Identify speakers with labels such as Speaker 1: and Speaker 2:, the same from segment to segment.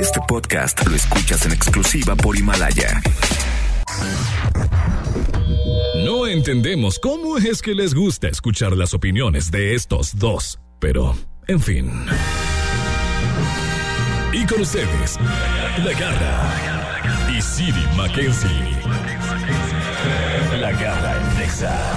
Speaker 1: Este podcast lo escuchas en exclusiva por Himalaya.
Speaker 2: No entendemos cómo es que les gusta escuchar las opiniones de estos dos, pero, en fin. Y con ustedes, La Garra y Siri Mackenzie. La Garra en Nexa.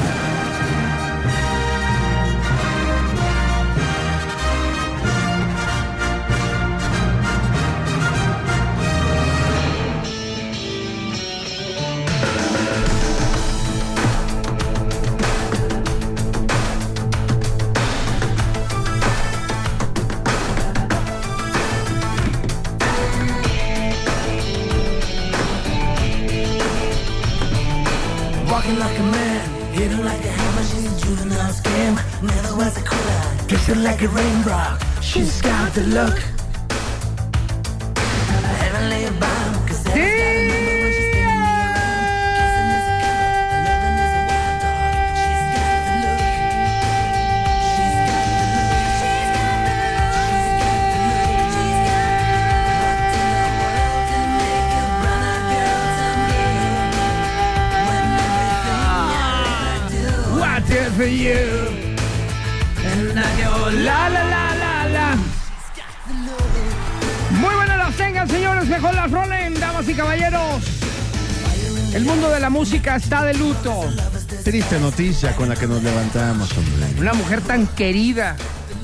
Speaker 3: like a raindrop. She's got the look. Heavenly bomb, cause every What's it for you? La, la, la, la, la. Muy buenas las tengan, señores. Mejor las rolen, damas y caballeros. El mundo de la música está de luto.
Speaker 4: Triste noticia con la que nos levantamos, hombre.
Speaker 3: Una mujer tan querida,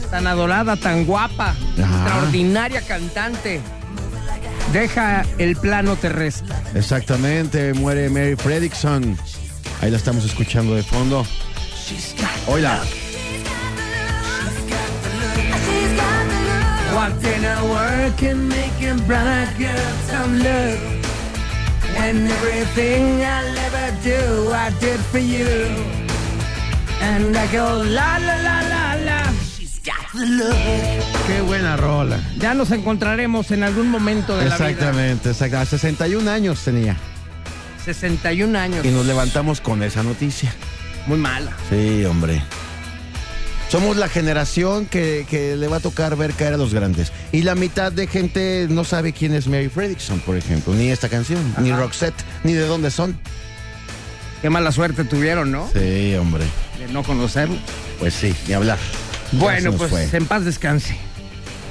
Speaker 3: tan adorada, tan guapa, extraordinaria cantante. Deja el plano terrestre.
Speaker 4: Exactamente, muere Mary Fredrickson. Ahí la estamos escuchando de fondo. Hola.
Speaker 3: Walked in her work and making brown girls some love. And everything I'll ever do, I did for you. And I go la la la la la. She's got the look.
Speaker 4: Qué buena rola.
Speaker 3: Ya nos encontraremos en algún momento de la vida.
Speaker 4: Exactamente, exactamente. 61 años tenía.
Speaker 3: 61 años.
Speaker 4: Y nos levantamos con esa noticia.
Speaker 3: Muy mala.
Speaker 4: Sí, hombre. Somos la generación que, que, le va a tocar ver caer a los grandes. Y la mitad de gente no sabe quién es Mary Fredrickson, por ejemplo. Ni esta canción, Ajá. ni Roxette, ni de dónde son.
Speaker 3: Qué mala suerte tuvieron, ¿no?
Speaker 4: Sí, hombre.
Speaker 3: De no conocerlo.
Speaker 4: Pues sí, ni hablar.
Speaker 3: Bueno, pues fue. en paz descanse.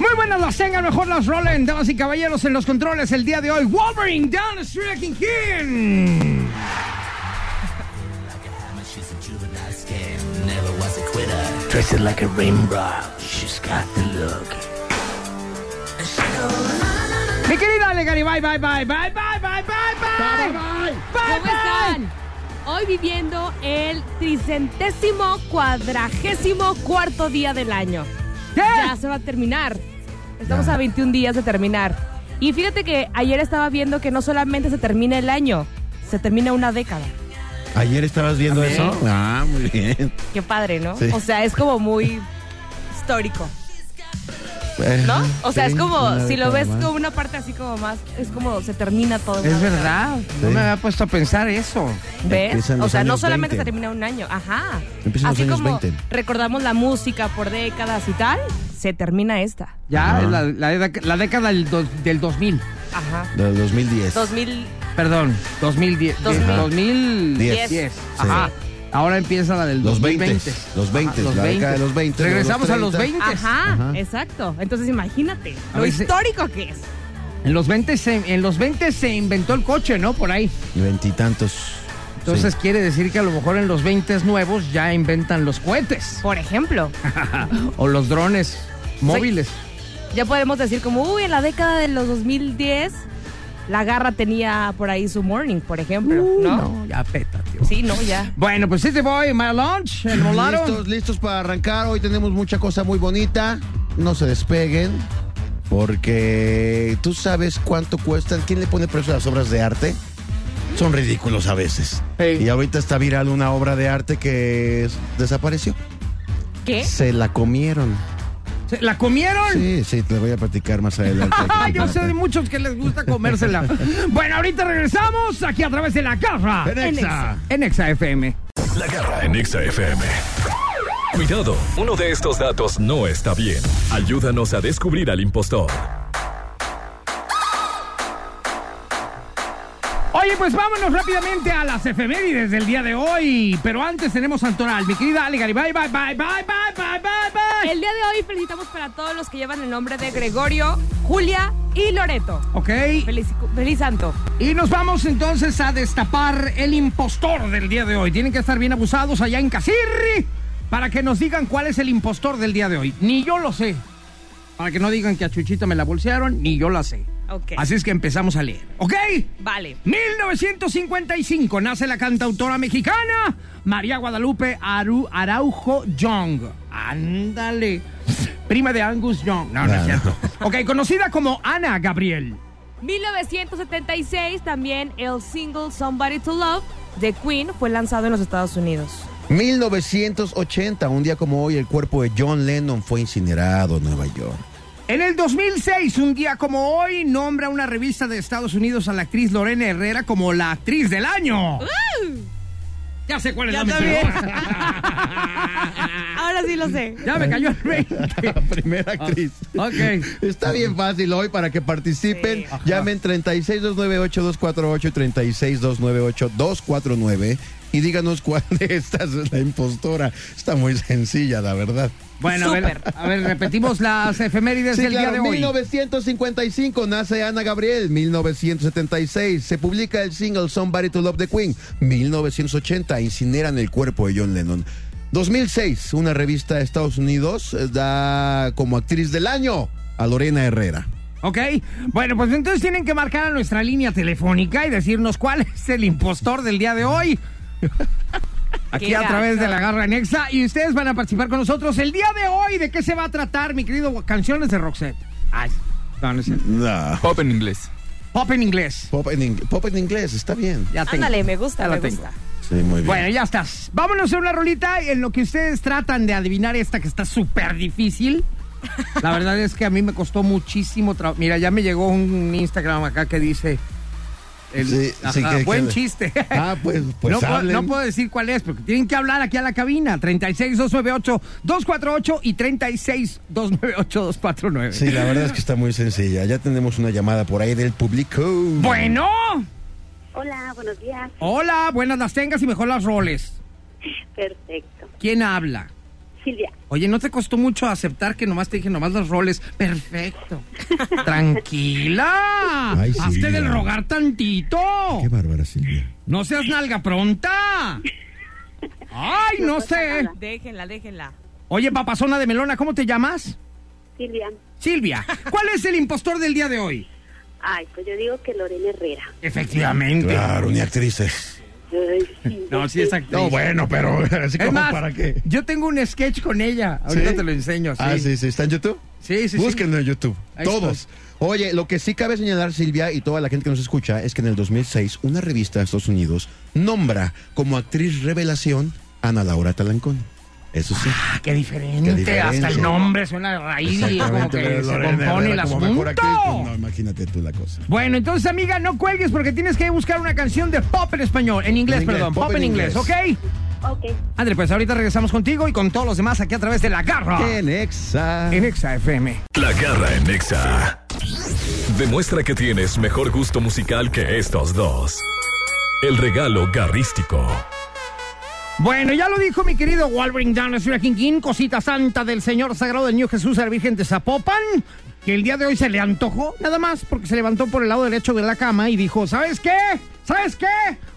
Speaker 3: Muy buenas las tengan, mejor las rolen, damas y caballeros, en los controles el día de hoy. Wolverine down the street King King.
Speaker 5: dressed like a rainbow. She's got the look.
Speaker 3: Mi querida Alegari, bye, bye, bye, bye, bye, bye, bye, bye,
Speaker 6: bye, bye, ¿Cómo están? Hoy viviendo el tricentésimo cuadragésimo cuarto día del año.
Speaker 3: ¿Qué?
Speaker 6: Ya se va a terminar. Estamos a 21 días de terminar. Y fíjate que ayer estaba viendo que no solamente se termina el año, se termina una década.
Speaker 4: ¿Ayer estabas viendo Amén. eso? Ah, muy bien.
Speaker 6: Qué padre, ¿no? Sí. O sea, es como muy histórico. ¿No? O sea, sí, es como, si lo ves más. como una parte así como más, es como se termina todo.
Speaker 3: Es verdad, sí. no me había puesto a pensar eso.
Speaker 6: ¿Ves? O sea, no solamente 20. se termina un año, ajá.
Speaker 4: Empiezan
Speaker 6: así
Speaker 4: los
Speaker 6: como
Speaker 4: 20.
Speaker 6: recordamos la música por décadas y tal, se termina esta.
Speaker 3: Ya, ah. la, la, la, década del, do, del 2000.
Speaker 6: Ajá.
Speaker 4: Del 2010.
Speaker 6: 2000.
Speaker 3: Perdón, 2010. 2000. 2010. 10. Ajá. Sí. Ahora empieza la del
Speaker 4: los
Speaker 3: 2020.
Speaker 4: 20, los 20, Ajá, los la 20. década de los 20.
Speaker 3: Regresamos
Speaker 4: de
Speaker 3: los 20. a los 20.
Speaker 6: Ajá, Ajá, exacto. Entonces imagínate a lo veces, histórico que es.
Speaker 3: En los 20 se, en los 20 se inventó el coche, ¿no? Por ahí.
Speaker 4: Y veintitantos.
Speaker 3: Entonces sí. quiere decir que a lo mejor en los 20 nuevos ya inventan los cohetes.
Speaker 6: Por ejemplo.
Speaker 3: o los drones móviles.
Speaker 6: Sí. Ya podemos decir como, uy, en la década de los 2010 la garra tenía por ahí su morning, por ejemplo, uh, ¿no?
Speaker 3: ¿no? ya peta, tío.
Speaker 6: Sí, no, ya.
Speaker 3: Bueno, pues sí te voy, my lunch, el molaro.
Speaker 4: Listos, listos para arrancar, hoy tenemos mucha cosa muy bonita, no se despeguen, porque tú sabes cuánto cuestan, ¿quién le pone precio a las obras de arte? Son ridículos a veces. Hey. Y ahorita está viral una obra de arte que desapareció.
Speaker 6: ¿Qué?
Speaker 4: Se la comieron.
Speaker 3: ¿La comieron?
Speaker 4: Sí, sí, te voy a platicar más adelante.
Speaker 3: Yo sé de muchos que les gusta comérsela. bueno, ahorita regresamos aquí a través de La Garra.
Speaker 4: En Exa.
Speaker 3: En Exa FM.
Speaker 2: La Garra en Exa FM. Cuidado, uno de estos datos no está bien. Ayúdanos a descubrir al impostor.
Speaker 3: Oye, pues vámonos rápidamente a las efemérides del día de hoy. Pero antes tenemos Antonal. Mi querida Ale Garibay, bye, bye, bye, bye, bye, bye, bye.
Speaker 7: El día de hoy felicitamos para todos los que llevan el nombre de Gregorio, Julia y Loreto.
Speaker 3: Ok,
Speaker 7: Feliz, feliz santo.
Speaker 3: Y nos vamos entonces a destapar el impostor del día de hoy. Tienen que estar bien abusados allá en Casirri para que nos digan cuál es el impostor del día de hoy. Ni yo lo sé. Para que no digan que a Chuchita me la bolsearon, ni yo la sé.
Speaker 7: Ok.
Speaker 3: Así es que empezamos a leer. ¿Ok?
Speaker 7: Vale.
Speaker 3: 1955 nace la cantautora mexicana María Guadalupe Aru- Araujo Young. Ándale. Prima de Angus Young. No, no es cierto. Ok, conocida como Ana Gabriel.
Speaker 7: 1976 también el single Somebody to Love de Queen fue lanzado en los Estados Unidos.
Speaker 4: 1980, un día como hoy, el cuerpo de John Lennon fue incinerado en Nueva York.
Speaker 3: En el 2006, un día como hoy, nombra una revista de Estados Unidos a la actriz Lorena Herrera como la actriz del año. Ya sé cuál es la misión.
Speaker 7: Ahora sí lo sé.
Speaker 3: Ya me cayó el 20.
Speaker 4: Primera actriz.
Speaker 3: ok.
Speaker 4: Está bien fácil hoy para que participen.
Speaker 7: Sí.
Speaker 4: Llamen 36298248 y 36298249 y díganos cuál de estas es la impostora. Está muy sencilla, la verdad.
Speaker 3: Bueno, a ver,
Speaker 7: Súper.
Speaker 3: a ver, repetimos las efemérides
Speaker 4: Sí,
Speaker 3: del
Speaker 4: claro,
Speaker 3: día de hoy.
Speaker 4: 1955 nace Ana Gabriel, 1976 se publica el single Somebody to Love the Queen, 1980 incineran el cuerpo de John Lennon. 2006, una revista de Estados Unidos eh, da como actriz del año a Lorena Herrera.
Speaker 3: Ok, bueno, pues entonces tienen que marcar a nuestra línea telefónica y decirnos cuál es el impostor del día de hoy. Aquí
Speaker 7: Qué
Speaker 3: a través
Speaker 7: gacho.
Speaker 3: de la garra anexa y ustedes van a participar con nosotros el día de hoy. ¿De qué se va a tratar, mi querido? Canciones de Roxette. Ay, no, no es cierto.
Speaker 6: Pop en inglés.
Speaker 3: Pop en inglés.
Speaker 4: Pop en, ing- pop en inglés, está bien.
Speaker 3: Ya tengo.
Speaker 7: Ándale, me gusta,
Speaker 3: Ya la
Speaker 7: me
Speaker 3: tengo.
Speaker 7: gusta.
Speaker 4: Sí, muy bien.
Speaker 3: Bueno, ya estás. Vámonos a una rolita en lo que ustedes tratan de adivinar esta que está súper difícil. La verdad es que a mí me costó muchísimo trabajo. Mira, ya me llegó un Instagram acá que dice... el-
Speaker 4: Sí, sí,
Speaker 3: ajá,
Speaker 4: que-
Speaker 3: buen
Speaker 4: que-
Speaker 3: chiste.
Speaker 4: Ah, pues, pues
Speaker 3: no, puedo,
Speaker 4: hablen.
Speaker 3: no puedo decir cuál es, porque tienen que hablar aquí a la cabina. 36-298-248 y 36-298-249.
Speaker 4: Sí, la verdad es que está muy sencilla. Ya tenemos una llamada por ahí del público.
Speaker 3: Bueno,
Speaker 8: Hola, buenos días.
Speaker 3: hola, buenas las tengas y mejor las roles.
Speaker 8: Perfecto.
Speaker 3: ¿Quién habla?
Speaker 8: Silvia,
Speaker 3: Oye, ¿no te costó mucho aceptar que nomás te dije nomás los roles? Perfecto. Tranquila.
Speaker 4: Ay,
Speaker 3: Hazte
Speaker 4: Silvia.
Speaker 3: del rogar tantito.
Speaker 4: Qué bárbara, Silvia.
Speaker 3: No seas nalga pronta. Ay, no sé.
Speaker 7: Déjenla, déjenla.
Speaker 3: Oye, papazona de melona, ¿cómo te llamas?
Speaker 8: Silvia.
Speaker 3: Silvia. ¿Cuál es el impostor del día de hoy?
Speaker 8: Ay, pues yo digo que Lorena Herrera.
Speaker 3: Efectivamente.
Speaker 4: Claro, ni actrices.
Speaker 8: Ay, sí,
Speaker 3: No, sí, es actriz.
Speaker 4: No, bueno, pero
Speaker 3: Es
Speaker 4: así como
Speaker 3: más,
Speaker 4: para qué.
Speaker 3: yo tengo un sketch con ella. Ahorita
Speaker 4: ¿Sí?
Speaker 3: te lo enseño.
Speaker 4: Ah, sí, sí. ¿Está en YouTube?
Speaker 3: Sí, sí, sí.
Speaker 4: Búsquenlo en YouTube.
Speaker 3: Ahí
Speaker 4: Todos. Oye, lo que sí cabe señalar, Silvia, y toda la gente que nos escucha, es que en el 2006 una revista de Estados Unidos nombra como actriz revelación a Ana Laura Talancón. Eso sí.
Speaker 3: Ah, qué diferente.
Speaker 4: Qué diferencia.
Speaker 3: Hasta el nombre suena raíz y como
Speaker 4: Exactamente,
Speaker 3: que se
Speaker 4: Lorena
Speaker 3: compone el
Speaker 4: Herrera como mejor
Speaker 3: asunto.
Speaker 4: actriz. Pues No, imagínate tú la cosa.
Speaker 3: Bueno, entonces, amiga, no cuelgues porque tienes que buscar una canción de pop en español. En inglés,
Speaker 4: En inglés,
Speaker 3: perdón. Pop, en inglés, ¿ok?
Speaker 8: Ok.
Speaker 3: André, pues ahorita regresamos contigo y con todos los demás aquí a través de La Garra.
Speaker 4: En Exa.
Speaker 3: Ah. En Exa FM.
Speaker 2: La garra en Nexa. Demuestra que tienes mejor gusto musical que estos dos. El regalo garrístico.
Speaker 3: Bueno, ya lo dijo mi querido Wolverine Danes King King, cosita santa del Señor Sagrado del Niño Jesús a la Virgen de Zapopan, que el día de hoy se le antojó, nada más, porque se levantó por el lado derecho de la cama y dijo, ¿sabes qué? ¿Sabes qué?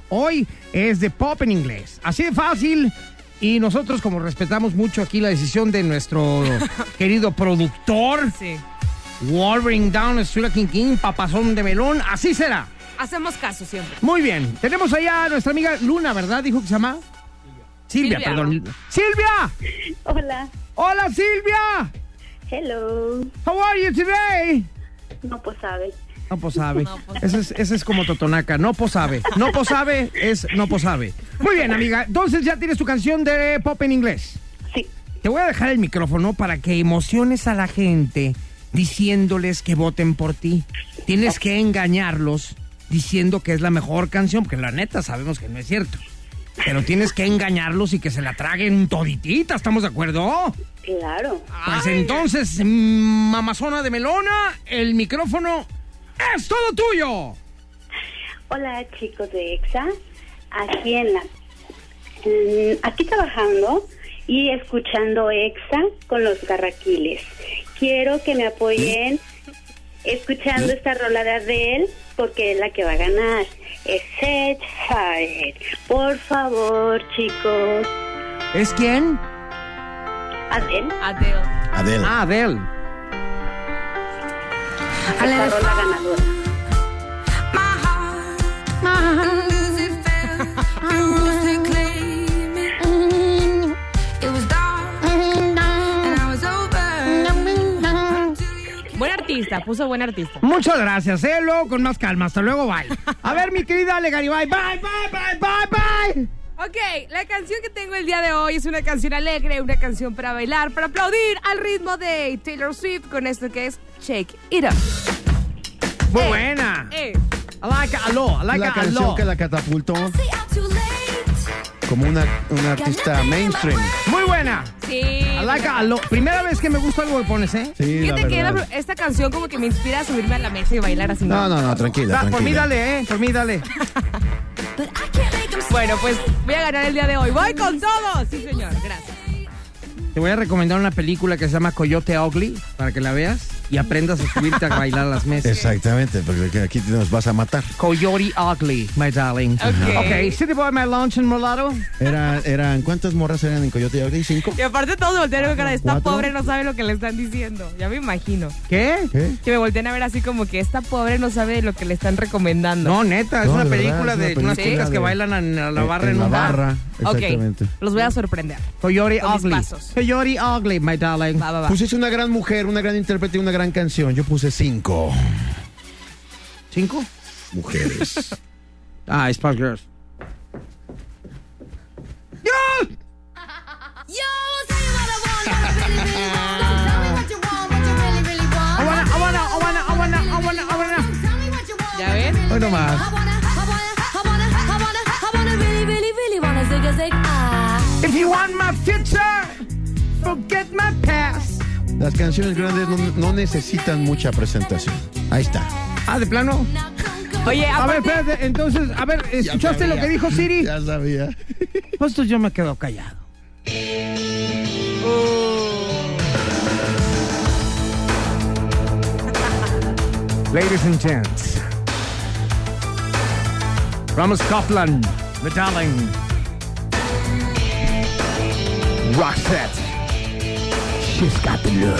Speaker 3: Hoy es de pop en inglés. Así de fácil. Y nosotros, como respetamos mucho aquí la decisión de nuestro querido productor,
Speaker 7: Sí.
Speaker 3: Wolverine Down King King, papazón de melón, así será.
Speaker 7: Hacemos caso siempre.
Speaker 3: Muy bien, tenemos allá a nuestra amiga Luna, ¿verdad? Dijo que se llama. Silvia,
Speaker 7: Silvia.
Speaker 3: perdón. ¡Silvia!
Speaker 8: Hola.
Speaker 3: ¡Hola, Silvia!
Speaker 8: Hello.
Speaker 3: ¿How are you today?
Speaker 8: No, pues sabes.
Speaker 3: No posabe.
Speaker 7: No posabe.
Speaker 3: Ese, es, ese es como Totonaca. No posabe. No posabe es no posabe. Muy bien, amiga. Entonces ya tienes tu canción de pop en inglés.
Speaker 8: Sí.
Speaker 3: Te voy a dejar el micrófono para que emociones a la gente diciéndoles que voten por ti. Tienes que engañarlos diciendo que es la mejor canción, porque la neta sabemos que no es cierto. Pero tienes que engañarlos y que se la traguen toditita, ¿estamos de acuerdo?
Speaker 8: Claro.
Speaker 3: Pues entonces, mm, mamazona de melona, el micrófono es todo tuyo.
Speaker 8: Hola chicos de EXA, aquí en la, en- aquí trabajando y escuchando EXA con los garraquiles. Quiero que me apoyen escuchando esta rolada de él porque es la que va a ganar. Es Set Fire. Por favor, chicos.
Speaker 3: ¿Es quién?
Speaker 8: Adel,
Speaker 6: Adele.
Speaker 4: Adela.
Speaker 3: Ah, Adele.
Speaker 8: esta
Speaker 6: la de-
Speaker 8: rola ganadora.
Speaker 6: Buen artista, puso buen artista.
Speaker 3: Muchas gracias, ¿eh? Luego con más calma. Hasta luego, bye. A ver, mi querida Ale Garibay. Bye, bye, bye, bye, bye.
Speaker 6: Ok, la canción que tengo el día de hoy es una canción alegre, una canción para bailar, para aplaudir al ritmo de Taylor Swift con esto que es Shake It Up.
Speaker 3: Muy
Speaker 6: Eh,
Speaker 3: buena.
Speaker 6: eh.
Speaker 3: I like a lot, I like
Speaker 4: La
Speaker 3: a
Speaker 4: canción
Speaker 3: lot.
Speaker 4: que la catapultó como una, una artista mainstream.
Speaker 3: Muy buena.
Speaker 6: Sí.
Speaker 3: I like a lot. Primera vez que me gusta algo que pones, ¿eh?
Speaker 4: Sí, la
Speaker 6: Fíjate que
Speaker 4: verdad.
Speaker 6: la- esta canción como que me inspira a subirme a la mesa y bailar así.
Speaker 4: No, no, no, tranquila,
Speaker 3: Da- por mí
Speaker 4: tranquila.
Speaker 3: dale, ¿eh? Por mí dale.
Speaker 6: Bueno, pues voy a ganar el día de hoy. Voy con todo. Sí, señor. Gracias.
Speaker 3: Te voy a recomendar una película que se llama Coyote Ugly para que la veas y aprendas a subirte a bailar a las mesas.
Speaker 4: Exactamente, porque aquí te nos vas a matar.
Speaker 3: Coyote Ugly, my darling.
Speaker 6: Ok.
Speaker 3: okay City Boy, my lunch and mulatto.
Speaker 4: Era, eran, ¿Cuántas morras eran en Coyote Ugly? ¿Cinco?
Speaker 6: Y aparte todos voltearon con cara de, esta
Speaker 4: cuatro.
Speaker 6: pobre no sabe lo que le están diciendo. Ya me imagino.
Speaker 3: ¿Qué?
Speaker 4: ¿Qué?
Speaker 6: Que me voltean a ver así como que esta pobre no sabe lo que le están recomendando.
Speaker 3: No, neta, es
Speaker 4: No,
Speaker 3: una
Speaker 4: de verdad,
Speaker 3: película
Speaker 4: es una
Speaker 3: de unas
Speaker 6: película
Speaker 3: chicas que
Speaker 4: de-
Speaker 3: bailan en la barra en,
Speaker 4: en la
Speaker 3: un bar.
Speaker 4: barra,
Speaker 6: Ok,
Speaker 4: exactamente.
Speaker 6: los voy a sorprender.
Speaker 3: Coyote
Speaker 6: Con mis
Speaker 3: Ugly.
Speaker 6: pasos.
Speaker 3: Coyote Ugly, my darling.
Speaker 6: Va, va, va.
Speaker 4: Pusiste una gran mujer, una gran intérprete y una gran canción. Yo puse cinco
Speaker 3: ¿Cinco?
Speaker 4: mujeres.
Speaker 3: Ah, Spark Girls. ¡Dios! Aguana, aguana, aguana, aguana, aguana, aguana.
Speaker 6: ¿Ya ves?
Speaker 4: Hoy nomás.
Speaker 3: If you want my future, forget my past.
Speaker 4: Las canciones grandes no, no necesitan mucha presentación. Ahí está.
Speaker 3: Ah, de plano.
Speaker 6: Oye,
Speaker 3: A ver,
Speaker 6: aparte,
Speaker 3: espérate, entonces, a ver, ¿escuchaste lo
Speaker 4: sabía.
Speaker 3: que dijo Siri?
Speaker 4: Ya sabía.
Speaker 3: Pues entonces yo me quedo callado. Ladies and gents, from Scotland, the darling Roxette. She's got the look.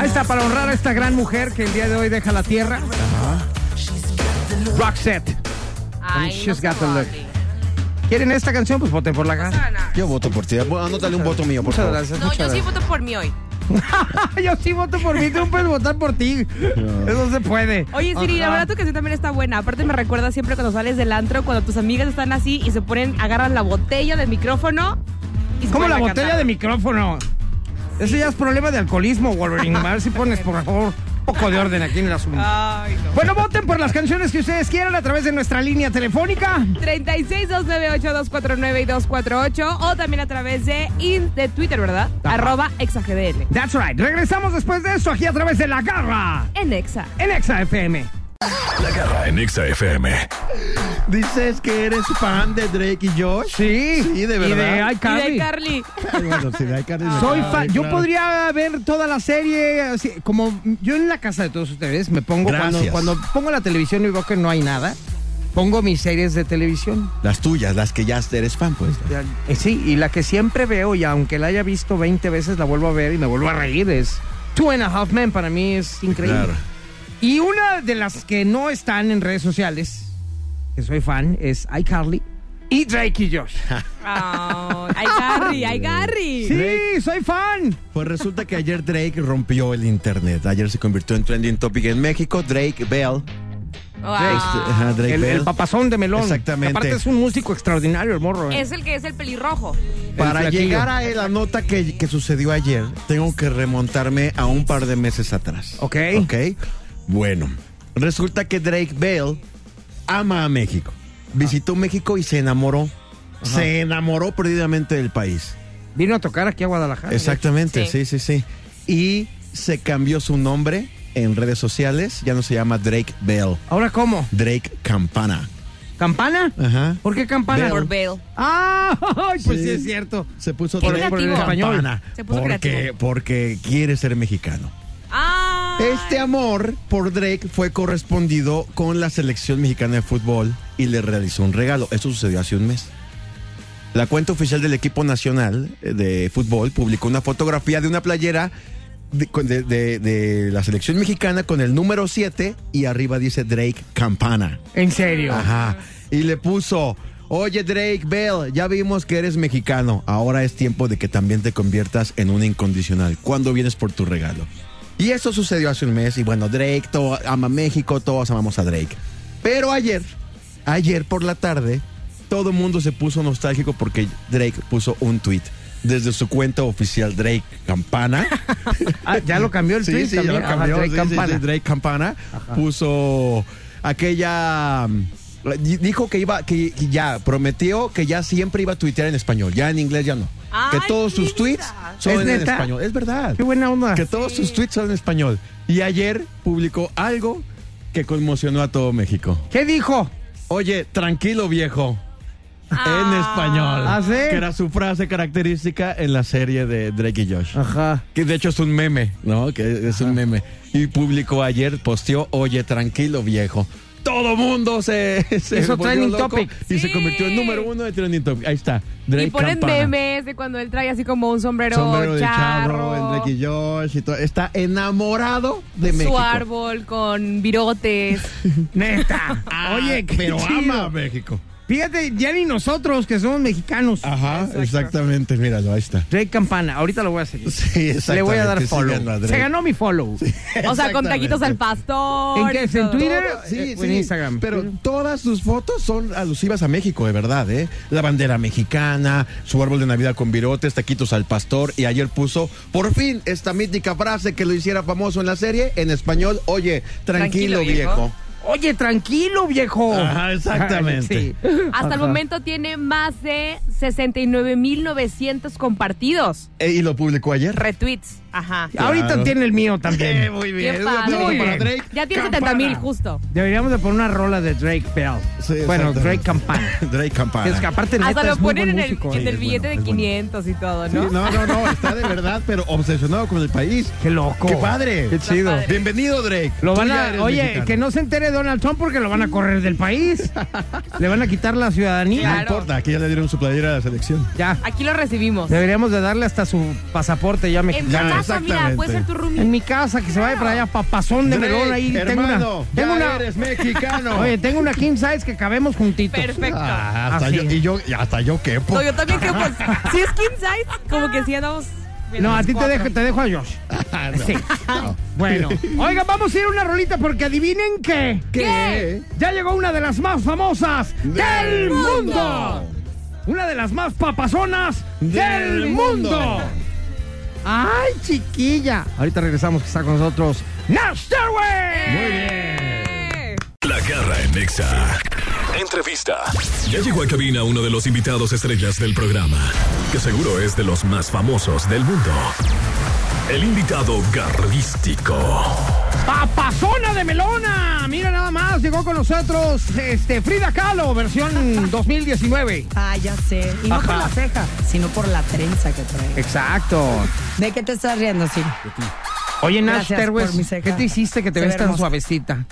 Speaker 3: Ahí está, para honrar a esta gran mujer que el día de hoy deja la tierra. Roxette.
Speaker 6: Ay,
Speaker 3: She's
Speaker 6: se
Speaker 3: got the look.
Speaker 6: vale.
Speaker 3: ¿Quieren esta canción? Pues voten por la
Speaker 6: No se
Speaker 3: gana.
Speaker 6: van a-
Speaker 4: Yo voto por ti. Bueno, Anótale un voto mío, por
Speaker 3: Muchas
Speaker 4: favor.
Speaker 3: gracias.
Speaker 6: No,
Speaker 3: muchas
Speaker 6: yo sí
Speaker 3: gracias.
Speaker 6: voto por mí hoy.
Speaker 3: yo sí voto por mí, tú no puedes votar por ti. Eso se puede.
Speaker 6: Oye, Siri, la
Speaker 3: Ajá.
Speaker 6: verdad tu canción también está buena. Aparte me recuerda siempre cuando sales del antro, cuando tus amigas están así y se ponen, agarran la botella del micrófono. y se
Speaker 3: ¿Cómo
Speaker 6: ponen
Speaker 3: la
Speaker 6: a
Speaker 3: botella
Speaker 6: cantar.
Speaker 3: de micrófono? Ese ya es problema de alcoholismo, Wolverine. A ver si pones, por favor, un poco de orden aquí en el asunto.
Speaker 6: Ay, no.
Speaker 3: Bueno, voten por las canciones que ustedes quieran a través de nuestra línea telefónica.
Speaker 6: 36298249 y 248 o también a través de, in- de Twitter, ¿verdad?
Speaker 3: Ajá.
Speaker 6: Arroba exagdl.
Speaker 3: That's right. Regresamos después de esto aquí a través de La Garra
Speaker 6: En Exa.
Speaker 3: en Exa FM.
Speaker 2: La garra en Exa FM.
Speaker 4: Dices que eres fan de Drake y Josh.
Speaker 3: Sí.
Speaker 4: Sí, de
Speaker 3: Y de
Speaker 4: verdad.
Speaker 6: Y
Speaker 3: iCarly.
Speaker 6: de Carly.
Speaker 4: Ay, bueno, sí, de iCarly me
Speaker 3: Soy
Speaker 4: cae,
Speaker 3: fan. Yo
Speaker 4: Ah, claro.
Speaker 3: podría ver toda la serie, así, como yo en la casa de todos ustedes me pongo cuando,
Speaker 4: Gracias.
Speaker 3: cuando pongo la televisión y veo que no hay nada, pongo mis series de televisión.
Speaker 4: Las tuyas, las que ya eres fan, pues.
Speaker 3: Ya- eh, sí, y la que siempre veo y aunque la haya visto 20 veces la vuelvo a ver y me vuelvo a reír es Two and a Half Men para mí es increíble.
Speaker 4: Claro.
Speaker 3: Y una de las que no están en redes sociales, que soy fan, es iCarly y Drake y Josh.
Speaker 4: Ah,
Speaker 6: Oh, ay, Carly, ay, Carly.
Speaker 3: Sí, soy fan.
Speaker 4: Pues resulta que ayer Drake rompió el internet. Ayer se convirtió en trending topic en México. Drake Bell.
Speaker 6: Wow.
Speaker 4: Este, ajá, Drake
Speaker 3: El,
Speaker 4: Bell.
Speaker 3: el papazón de melón.
Speaker 4: Exactamente.
Speaker 3: Aparte es un músico extraordinario el morro. ¿eh?
Speaker 6: Es el que es el pelirrojo.
Speaker 4: Para
Speaker 3: flaquillo.
Speaker 4: llegar a la nota que, que sucedió ayer, tengo que remontarme a un par de meses atrás.
Speaker 3: Ok.
Speaker 4: Ok. Bueno, resulta que Drake Bell ama a México. Visitó México y se enamoró. Se enamoró perdidamente del país.
Speaker 3: Vino a tocar aquí a Guadalajara.
Speaker 4: Exactamente,
Speaker 6: Sí.
Speaker 4: sí, sí, sí. Y se cambió su nombre en redes sociales ya no se llama Drake Bell,
Speaker 3: ¿Ahora cómo?
Speaker 4: Drake Campana.
Speaker 3: ¿Campana?
Speaker 4: Ajá.
Speaker 3: ¿Por qué campana?
Speaker 4: Bell.
Speaker 7: Por Bale.
Speaker 3: Ah, pues sí.
Speaker 4: Sí.
Speaker 3: es cierto.
Speaker 4: Se puso
Speaker 7: Qué
Speaker 4: Drake
Speaker 7: creativo.
Speaker 4: Campana
Speaker 7: Se puso
Speaker 4: porque,
Speaker 7: creativo.
Speaker 4: porque quiere ser mexicano.
Speaker 7: Ah.
Speaker 4: Este amor por Drake fue correspondido con la selección mexicana de fútbol y le realizó un regalo. Esto sucedió hace un mes. La cuenta oficial del equipo nacional eh, de fútbol publicó una fotografía de una playera de, con- de- de- de la selección mexicana con el número 7 y arriba dice Drake Campana.
Speaker 3: En serio.
Speaker 4: Ajá. Y le puso, oye Drake Bell, ya vimos que eres mexicano. Ahora es tiempo de que también te conviertas en un incondicional. ¿Cuándo vienes por tu regalo? Y eso sucedió hace un mes. Y bueno, Drake todo, ama México, todos amamos a Drake. Pero ayer, ayer por la tarde, todo el mundo se puso nostálgico porque Drake puso un tweet. Desde su cuenta oficial Drake Campana.
Speaker 3: Ah, ya lo cambió el
Speaker 4: Sí,
Speaker 3: tweet
Speaker 4: sí, ya
Speaker 3: también.
Speaker 4: lo
Speaker 3: Ajá,
Speaker 4: cambió,
Speaker 3: Drake
Speaker 4: sí, sí,
Speaker 3: Campana.
Speaker 4: sí, Drake Campana puso aquella mm, di- dijo que iba que que ya prometió que ya siempre iba a tuitear en español, ya en inglés ya no.
Speaker 7: Ay,
Speaker 4: que todos sus
Speaker 7: mira.
Speaker 4: tweets son
Speaker 3: ¿Es
Speaker 4: en
Speaker 3: neta?
Speaker 4: español, es verdad.
Speaker 3: Qué buena onda.
Speaker 4: Que todos sus tweets son en español. Y ayer publicó algo que conmocionó a todo México.
Speaker 3: ¿Qué dijo?
Speaker 4: Oye, tranquilo viejo. En
Speaker 7: Ah.
Speaker 4: español.
Speaker 3: ¿Ah, sí?
Speaker 4: Que era su frase característica en la serie de Drake y Josh.
Speaker 3: Ajá.
Speaker 4: Que de hecho es un meme, ¿no? Que es un meme. Y publicó ayer, posteó, oye, tranquilo viejo. Todo mundo se, se
Speaker 3: Hizo
Speaker 4: volvió
Speaker 3: trending
Speaker 4: loco
Speaker 3: topic.
Speaker 4: Y
Speaker 7: Sí.
Speaker 4: se convirtió en número uno de trending topic. Ahí está. Drake
Speaker 7: Y ponen
Speaker 4: Campana.
Speaker 7: memes de cuando él trae así como un sombrero,
Speaker 4: Sombrero de charro,
Speaker 7: charro,
Speaker 4: en Drake y Josh y todo. Está enamorado de
Speaker 7: su
Speaker 4: México.
Speaker 7: árbol con virotes.
Speaker 3: Neta. Oye, qué
Speaker 4: Ah, Pero
Speaker 3: chido.
Speaker 4: ama a México.
Speaker 3: Fíjate, ya ni nosotros que somos mexicanos.
Speaker 4: Ajá, exactamente. Míralo, ahí está.
Speaker 3: Drake Campana, ahorita lo voy a seguir.
Speaker 4: Sí, exactamente.
Speaker 3: Le voy a dar follow.
Speaker 4: Síganlo a Drake.
Speaker 3: Se ganó mi follow.
Speaker 7: O sea, con taquitos al pastor.
Speaker 3: ¿En qué es?
Speaker 7: y
Speaker 3: ¿En
Speaker 7: todo.
Speaker 3: Twitter?
Speaker 4: Sí,
Speaker 3: Eh,
Speaker 4: sí,
Speaker 3: en Instagram.
Speaker 4: Pero todas sus fotos son alusivas a México, de verdad, ¿eh? La bandera mexicana, su árbol de Navidad con virotes, taquitos al pastor. Y ayer puso, por fin, esta mítica frase que lo hiciera famoso en la serie, en español, oye, tranquilo,
Speaker 7: Tranquilo,
Speaker 4: viejo.
Speaker 7: viejo.
Speaker 3: Oye, tranquilo, viejo.
Speaker 4: Ajá, exactamente.
Speaker 3: Sí.
Speaker 7: Hasta el
Speaker 3: Ajá.
Speaker 7: momento tiene más de 69.900 compartidos.
Speaker 4: Eh, y lo publicó ayer.
Speaker 7: Retweets. Ajá.
Speaker 3: Ahorita
Speaker 4: Claro.
Speaker 3: tiene el mío también.
Speaker 4: muy
Speaker 7: Ah, bien. Qué Un aplauso padre.
Speaker 3: para
Speaker 4: Drake
Speaker 7: Ya tiene
Speaker 4: Campana.
Speaker 7: 70.000 justo.
Speaker 3: Deberíamos de poner una rola de Drake Bell.
Speaker 4: Sí,
Speaker 3: bueno,
Speaker 4: exactamente.
Speaker 3: Drake Campana.
Speaker 4: Drake Campana.
Speaker 3: Es que aparte neta,
Speaker 7: Hasta lo
Speaker 3: es muy
Speaker 7: ponen en
Speaker 3: buen
Speaker 7: el,
Speaker 3: músico,
Speaker 7: en
Speaker 3: eh.
Speaker 7: el billete
Speaker 4: bueno, es
Speaker 7: de
Speaker 4: bueno.
Speaker 7: 500 y todo,
Speaker 4: Sí,
Speaker 7: ¿no?
Speaker 4: no, no, no, está de verdad, pero obsesionado con el país.
Speaker 3: Qué loco.
Speaker 4: ¡Qué padre!
Speaker 3: Qué chido.
Speaker 7: padre.
Speaker 4: Bienvenido, Drake.
Speaker 3: Lo
Speaker 4: Tú
Speaker 3: van
Speaker 4: ya eres
Speaker 3: a, oye,
Speaker 4: mexicano.
Speaker 3: que no se entere Donald Trump porque lo van a correr del país. Le van a quitar la ciudadanía.
Speaker 4: No
Speaker 7: Claro.
Speaker 4: importa, que ya le dieron su playera a la selección.
Speaker 3: Ya.
Speaker 7: Aquí lo recibimos.
Speaker 3: Deberíamos de darle hasta su pasaporte ya
Speaker 7: En tu
Speaker 3: mexicano.
Speaker 7: casa, mira,
Speaker 4: exactamente.
Speaker 7: puede ser tu
Speaker 3: En
Speaker 7: roomie.
Speaker 3: mi casa, que se vaya para allá, papazón de
Speaker 4: Drake,
Speaker 3: melón ahí. tengo una-
Speaker 4: hermano,
Speaker 3: tengo
Speaker 4: ya
Speaker 3: una,
Speaker 4: eres mexicano.
Speaker 3: Oye, tengo una king size que cabemos juntitos.
Speaker 7: Perfecto.
Speaker 4: Ah, hasta
Speaker 3: Así.
Speaker 4: yo, y yo, y hasta yo quepo.
Speaker 7: No, yo también creo que si es king size, como que si andamos.
Speaker 3: No, a ti te
Speaker 7: cuatro.
Speaker 3: dejo, te dejo a Josh. Sí. Bueno, oigan, vamos a ir a una rolita porque adivinen que
Speaker 7: ¿Qué?
Speaker 3: ya llegó una de las más famosas del mundo. Una de las más papazonas del
Speaker 4: Del
Speaker 3: mundo.
Speaker 4: mundo.
Speaker 3: Ay, chiquilla. Ahorita regresamos que está con nosotros Nash Stairway. Muy
Speaker 7: Eh.
Speaker 2: La garra en Nexa. Entrevista. Ya llegó a cabina uno de los invitados estrellas del programa, que seguro es de los más famosos del mundo. El invitado garrístico.
Speaker 3: Papazona de Melona. Mira nada más, llegó con nosotros este Frida Kahlo, versión 2019.
Speaker 6: Ah, ya sé. Y no por
Speaker 3: Ajá.
Speaker 6: la ceja, sino por la trenza que trae.
Speaker 3: Exacto.
Speaker 6: ¿De qué te estás riendo, sí?
Speaker 3: Oye, Nash
Speaker 6: Gracias
Speaker 3: Terwes,
Speaker 6: por mi ceja.
Speaker 3: ¿qué te hiciste que te
Speaker 6: Se
Speaker 3: ves
Speaker 6: ve
Speaker 3: tan
Speaker 6: hermosa.
Speaker 3: suavecita?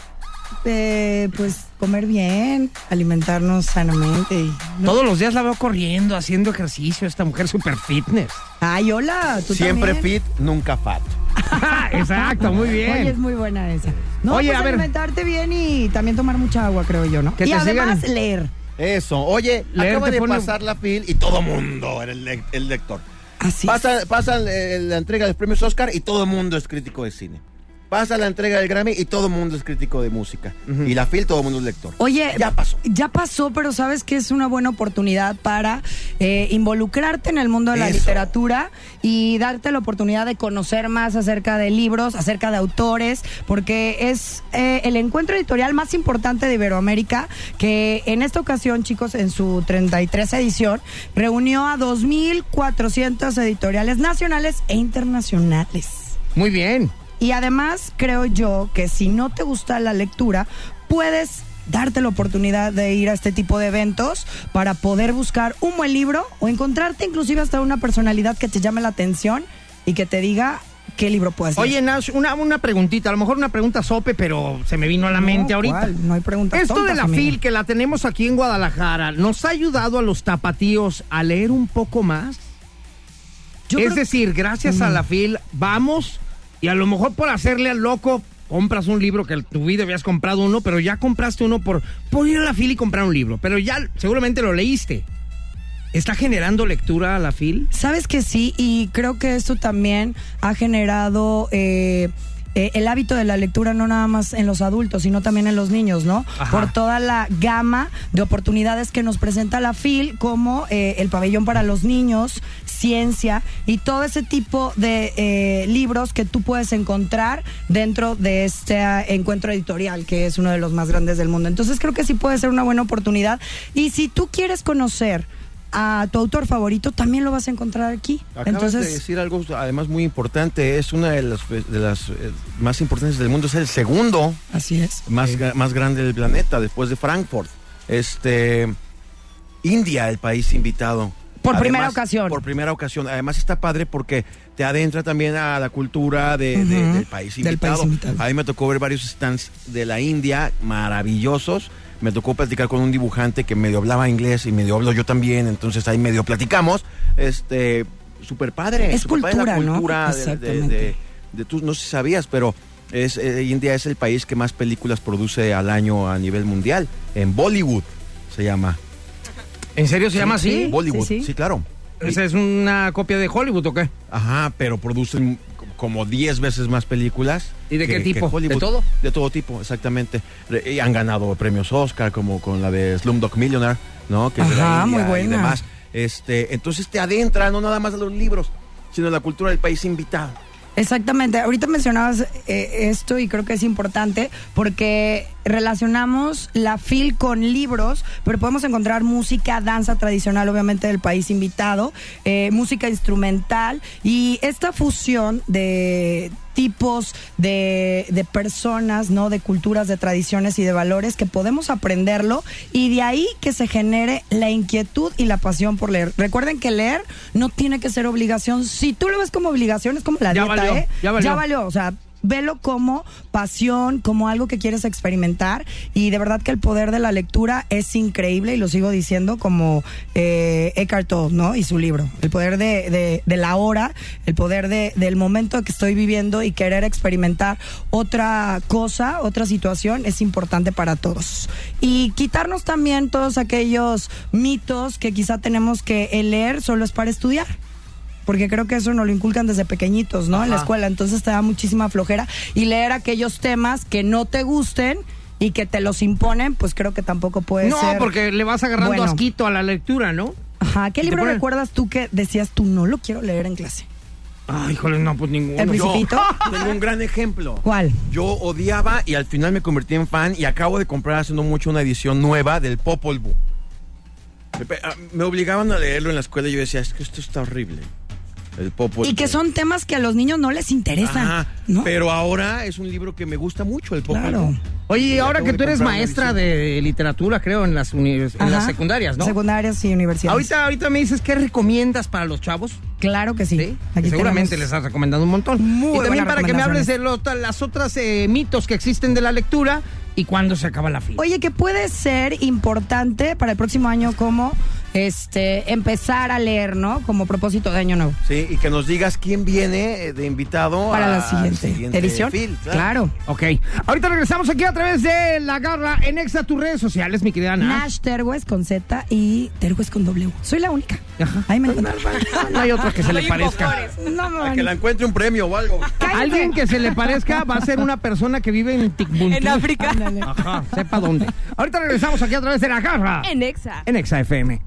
Speaker 6: Eh, pues comer bien, alimentarnos sanamente y...
Speaker 3: Todos los días la veo corriendo, haciendo ejercicio, esta mujer super fitness.
Speaker 6: Ay, hola, tú
Speaker 4: Siempre
Speaker 6: también?
Speaker 4: fit, nunca fat.
Speaker 3: Exacto, muy
Speaker 6: Oye, es
Speaker 3: bien.
Speaker 6: muy buena esa. No,
Speaker 3: Oye,
Speaker 6: pues
Speaker 3: a ver.
Speaker 6: alimentarte bien y también tomar mucha agua, creo yo, ¿no?
Speaker 3: Que
Speaker 6: y
Speaker 3: te
Speaker 6: además
Speaker 3: sigan.
Speaker 6: leer.
Speaker 4: Eso. Oye,
Speaker 3: Leer
Speaker 4: acaba
Speaker 3: te
Speaker 4: de
Speaker 3: pone-
Speaker 4: pasar la fil y todo mundo era el, le- el lector.
Speaker 6: Así es.
Speaker 4: Pasa, pasa eh, la entrega de los premios Oscar y todo el mundo es crítico de cine. Pasa la entrega del Grammy y todo el mundo es crítico de música. Y la fil, todo el mundo es lector.
Speaker 6: Oye,
Speaker 4: ya pasó.
Speaker 6: Ya pasó, pero sabes que es una buena oportunidad para eh, involucrarte en el mundo de la
Speaker 4: Eso.
Speaker 6: literatura y darte la oportunidad de conocer más acerca de libros, acerca de autores, porque es eh, el encuentro editorial más importante de Iberoamérica, que en esta ocasión, chicos, en su 33 edición, reunió a 2.400 editoriales nacionales e internacionales.
Speaker 3: Muy bien.
Speaker 6: Y además creo yo que si no te gusta la lectura, puedes darte la oportunidad de ir a este tipo de eventos para poder buscar un buen libro o encontrarte inclusive hasta una personalidad que te llame la atención y que te diga qué libro puedes leer.
Speaker 3: Oye, Nash, una, una preguntita, a lo mejor una pregunta sope, pero se me vino a la mente
Speaker 6: No,
Speaker 3: ahorita.
Speaker 6: ¿cuál? No hay preguntas
Speaker 3: Esto de
Speaker 6: tontas,
Speaker 3: la
Speaker 6: amigo.
Speaker 3: FIL que la tenemos aquí en Guadalajara, ¿nos ha ayudado a los tapatíos a leer un poco más?
Speaker 6: Yo
Speaker 3: es
Speaker 6: creo-
Speaker 3: decir, gracias a la FIL vamos y a lo mejor por hacerle al loco compras un libro que en tu vida habías comprado uno, pero ya compraste uno por, por ir a la FIL y comprar un libro, pero ya seguramente lo leíste. ¿Está generando lectura a la FIL?
Speaker 6: Sabes que sí, y creo que esto también ha generado eh, eh, el hábito de la lectura no nada más en los adultos, sino también en los niños, ¿no?
Speaker 3: Ajá.
Speaker 6: Por toda la gama de oportunidades que nos presenta la FIL, como eh, el pabellón para los niños, ciencia y todo ese tipo de eh, libros que tú puedes encontrar dentro de este ah, encuentro editorial, que es uno de los más grandes del mundo. Entonces creo que sí puede ser una buena oportunidad. Y si tú quieres conocer a tu autor favorito, también lo vas a encontrar aquí.
Speaker 4: Acabas de
Speaker 6: Entonces,
Speaker 4: decir algo además muy importante, es una de las, de las eh, más importantes del mundo, es el segundo
Speaker 6: así es.
Speaker 4: más, gra- más grande del planeta, después de Frankfurt. Este, India, el país invitado.
Speaker 6: Por primera ocasión.
Speaker 4: Por primera ocasión. Además está padre porque te adentra también a la cultura de- de-
Speaker 6: Ujú,
Speaker 4: del, país
Speaker 6: del país
Speaker 4: invitado.
Speaker 6: invitado.
Speaker 4: A mí me tocó ver varios stands de la India maravillosos. Me tocó platicar con un dibujante que medio hablaba inglés y medio hablo yo también. Entonces ahí medio platicamos. Este, super padre.
Speaker 6: Es
Speaker 4: superpadre la
Speaker 6: cultura, ¿no?
Speaker 4: cultura de- de-
Speaker 6: Exactamente.
Speaker 4: de- de tú no sé si sabías, pero es, eh, India es el país que más películas produce al año a nivel mundial. En Bollywood se llama.
Speaker 3: ¿En serio se llama así?
Speaker 4: Bollywood,
Speaker 6: sí,
Speaker 4: sí,
Speaker 6: sí.
Speaker 4: claro.
Speaker 3: ¿Esa es una copia de Hollywood o qué?
Speaker 4: Ajá, pero producen como 10 veces más películas.
Speaker 3: ¿Y de qué tipo?
Speaker 4: Hollywood.
Speaker 3: ¿De todo?
Speaker 4: De todo tipo, exactamente. Re- Y han ganado premios Oscar, como con la de Slumdog Millionaire, ¿no? Que es de la
Speaker 6: Ajá,
Speaker 4: India
Speaker 6: muy buena.
Speaker 4: Y demás. Este, entonces te adentra no nada más a los libros, sino a la cultura del país invitado.
Speaker 6: Exactamente. Ahorita mencionabas eh, esto y creo que es importante porque relacionamos la FIL con libros, pero podemos encontrar música, danza tradicional, obviamente, del país invitado, eh, música instrumental y esta fusión de tipos de, de personas, ¿no? De culturas, de tradiciones y de valores que podemos aprenderlo y de ahí que se genere la inquietud y la pasión por leer. Recuerden que leer no tiene que ser obligación. Si tú lo ves como obligación, es como la
Speaker 3: Ya
Speaker 6: dieta,
Speaker 3: valió,
Speaker 6: ¿eh?
Speaker 3: ya valió.
Speaker 6: O sea, velo como pasión, como algo que quieres experimentar. Y de verdad que el poder de la lectura es increíble y lo sigo diciendo como eh, Eckhart Tolle, ¿no? Y su libro. El poder de, de- de la hora, el poder de- del momento que estoy viviendo y querer experimentar otra cosa, otra situación, es importante para todos. Y quitarnos también todos aquellos mitos que quizá tenemos que el leer solo es para estudiar porque creo que eso nos lo inculcan desde pequeñitos, ¿no? En la escuela, entonces te da muchísima flojera y leer aquellos temas que no te gusten y que te los imponen, pues creo que tampoco puede
Speaker 3: No,
Speaker 6: ser.
Speaker 3: porque le vas agarrando
Speaker 6: Bueno.
Speaker 3: asquito a la lectura, ¿no?
Speaker 6: Ajá, ¿qué
Speaker 3: Y te
Speaker 6: libro
Speaker 3: ponen-
Speaker 6: recuerdas tú que decías tú no lo quiero leer en clase?
Speaker 3: Ay, híjole, no, pues ninguno.
Speaker 6: ¿El
Speaker 3: Yo-
Speaker 6: Principito?
Speaker 4: Tengo un gran ejemplo.
Speaker 6: ¿Cuál?
Speaker 4: Yo odiaba y al final me convertí en fan y acabo de comprar hace no mucho una edición nueva del Popol Vuh. Me pe- ah, Me obligaban a leerlo en la escuela y yo decía, es que esto está horrible. El Popol
Speaker 6: Y que
Speaker 4: Vuh".
Speaker 6: son temas que a los niños no les interesan,
Speaker 4: Ajá,
Speaker 6: ¿no?
Speaker 4: Pero ahora es un libro que me gusta mucho, el Popol
Speaker 6: Claro.
Speaker 4: Vuh.
Speaker 3: Oye, y ahora
Speaker 4: acabo
Speaker 3: que
Speaker 4: de
Speaker 3: tú eres
Speaker 4: comprar una
Speaker 3: maestra
Speaker 4: edición.
Speaker 3: de literatura, creo, en las, univers- en las
Speaker 6: Ajá.
Speaker 3: secundarias, ¿no?
Speaker 6: Secundarias y universidades.
Speaker 3: Ahorita, ahorita me dices, ¿qué recomiendas para los chavos?
Speaker 6: claro que sí.
Speaker 3: Sí,
Speaker 6: Aquí
Speaker 3: que seguramente
Speaker 6: tenemos-
Speaker 3: les has recomendado un montón.
Speaker 6: Muy
Speaker 3: y también
Speaker 6: buenas
Speaker 3: para que me hables de los- las otras eh, mitos que existen de la lectura y cuándo se acaba la fila.
Speaker 6: Oye, que puede ser importante para el próximo año como este empezar a leer, ¿no? Como propósito de año nuevo.
Speaker 4: Sí, y que nos digas quién viene eh, de invitado
Speaker 6: Para
Speaker 3: Ah,
Speaker 6: la
Speaker 4: al
Speaker 6: siguiente, edición.
Speaker 4: Phil,
Speaker 6: claro.
Speaker 3: Ok, ahorita regresamos aquí a través de La Garra en Exa, tus redes sociales, mi querida Ana.
Speaker 6: Nash Terwes con Z y Terwes con W. Soy la única.
Speaker 3: Ajá.
Speaker 6: Ahí me encuentran.
Speaker 3: No hay otra que se le parezca.
Speaker 6: No me
Speaker 4: A
Speaker 6: van.
Speaker 4: que la encuentre un premio o algo.
Speaker 6: Cállate.
Speaker 3: Alguien que se le parezca va a ser una persona que vive en Tikbuntu.
Speaker 7: En África.
Speaker 6: Ándale.
Speaker 3: Ajá, sepa dónde. Ahorita regresamos aquí a través de La Garra
Speaker 7: En Exa.
Speaker 3: en Exa FM.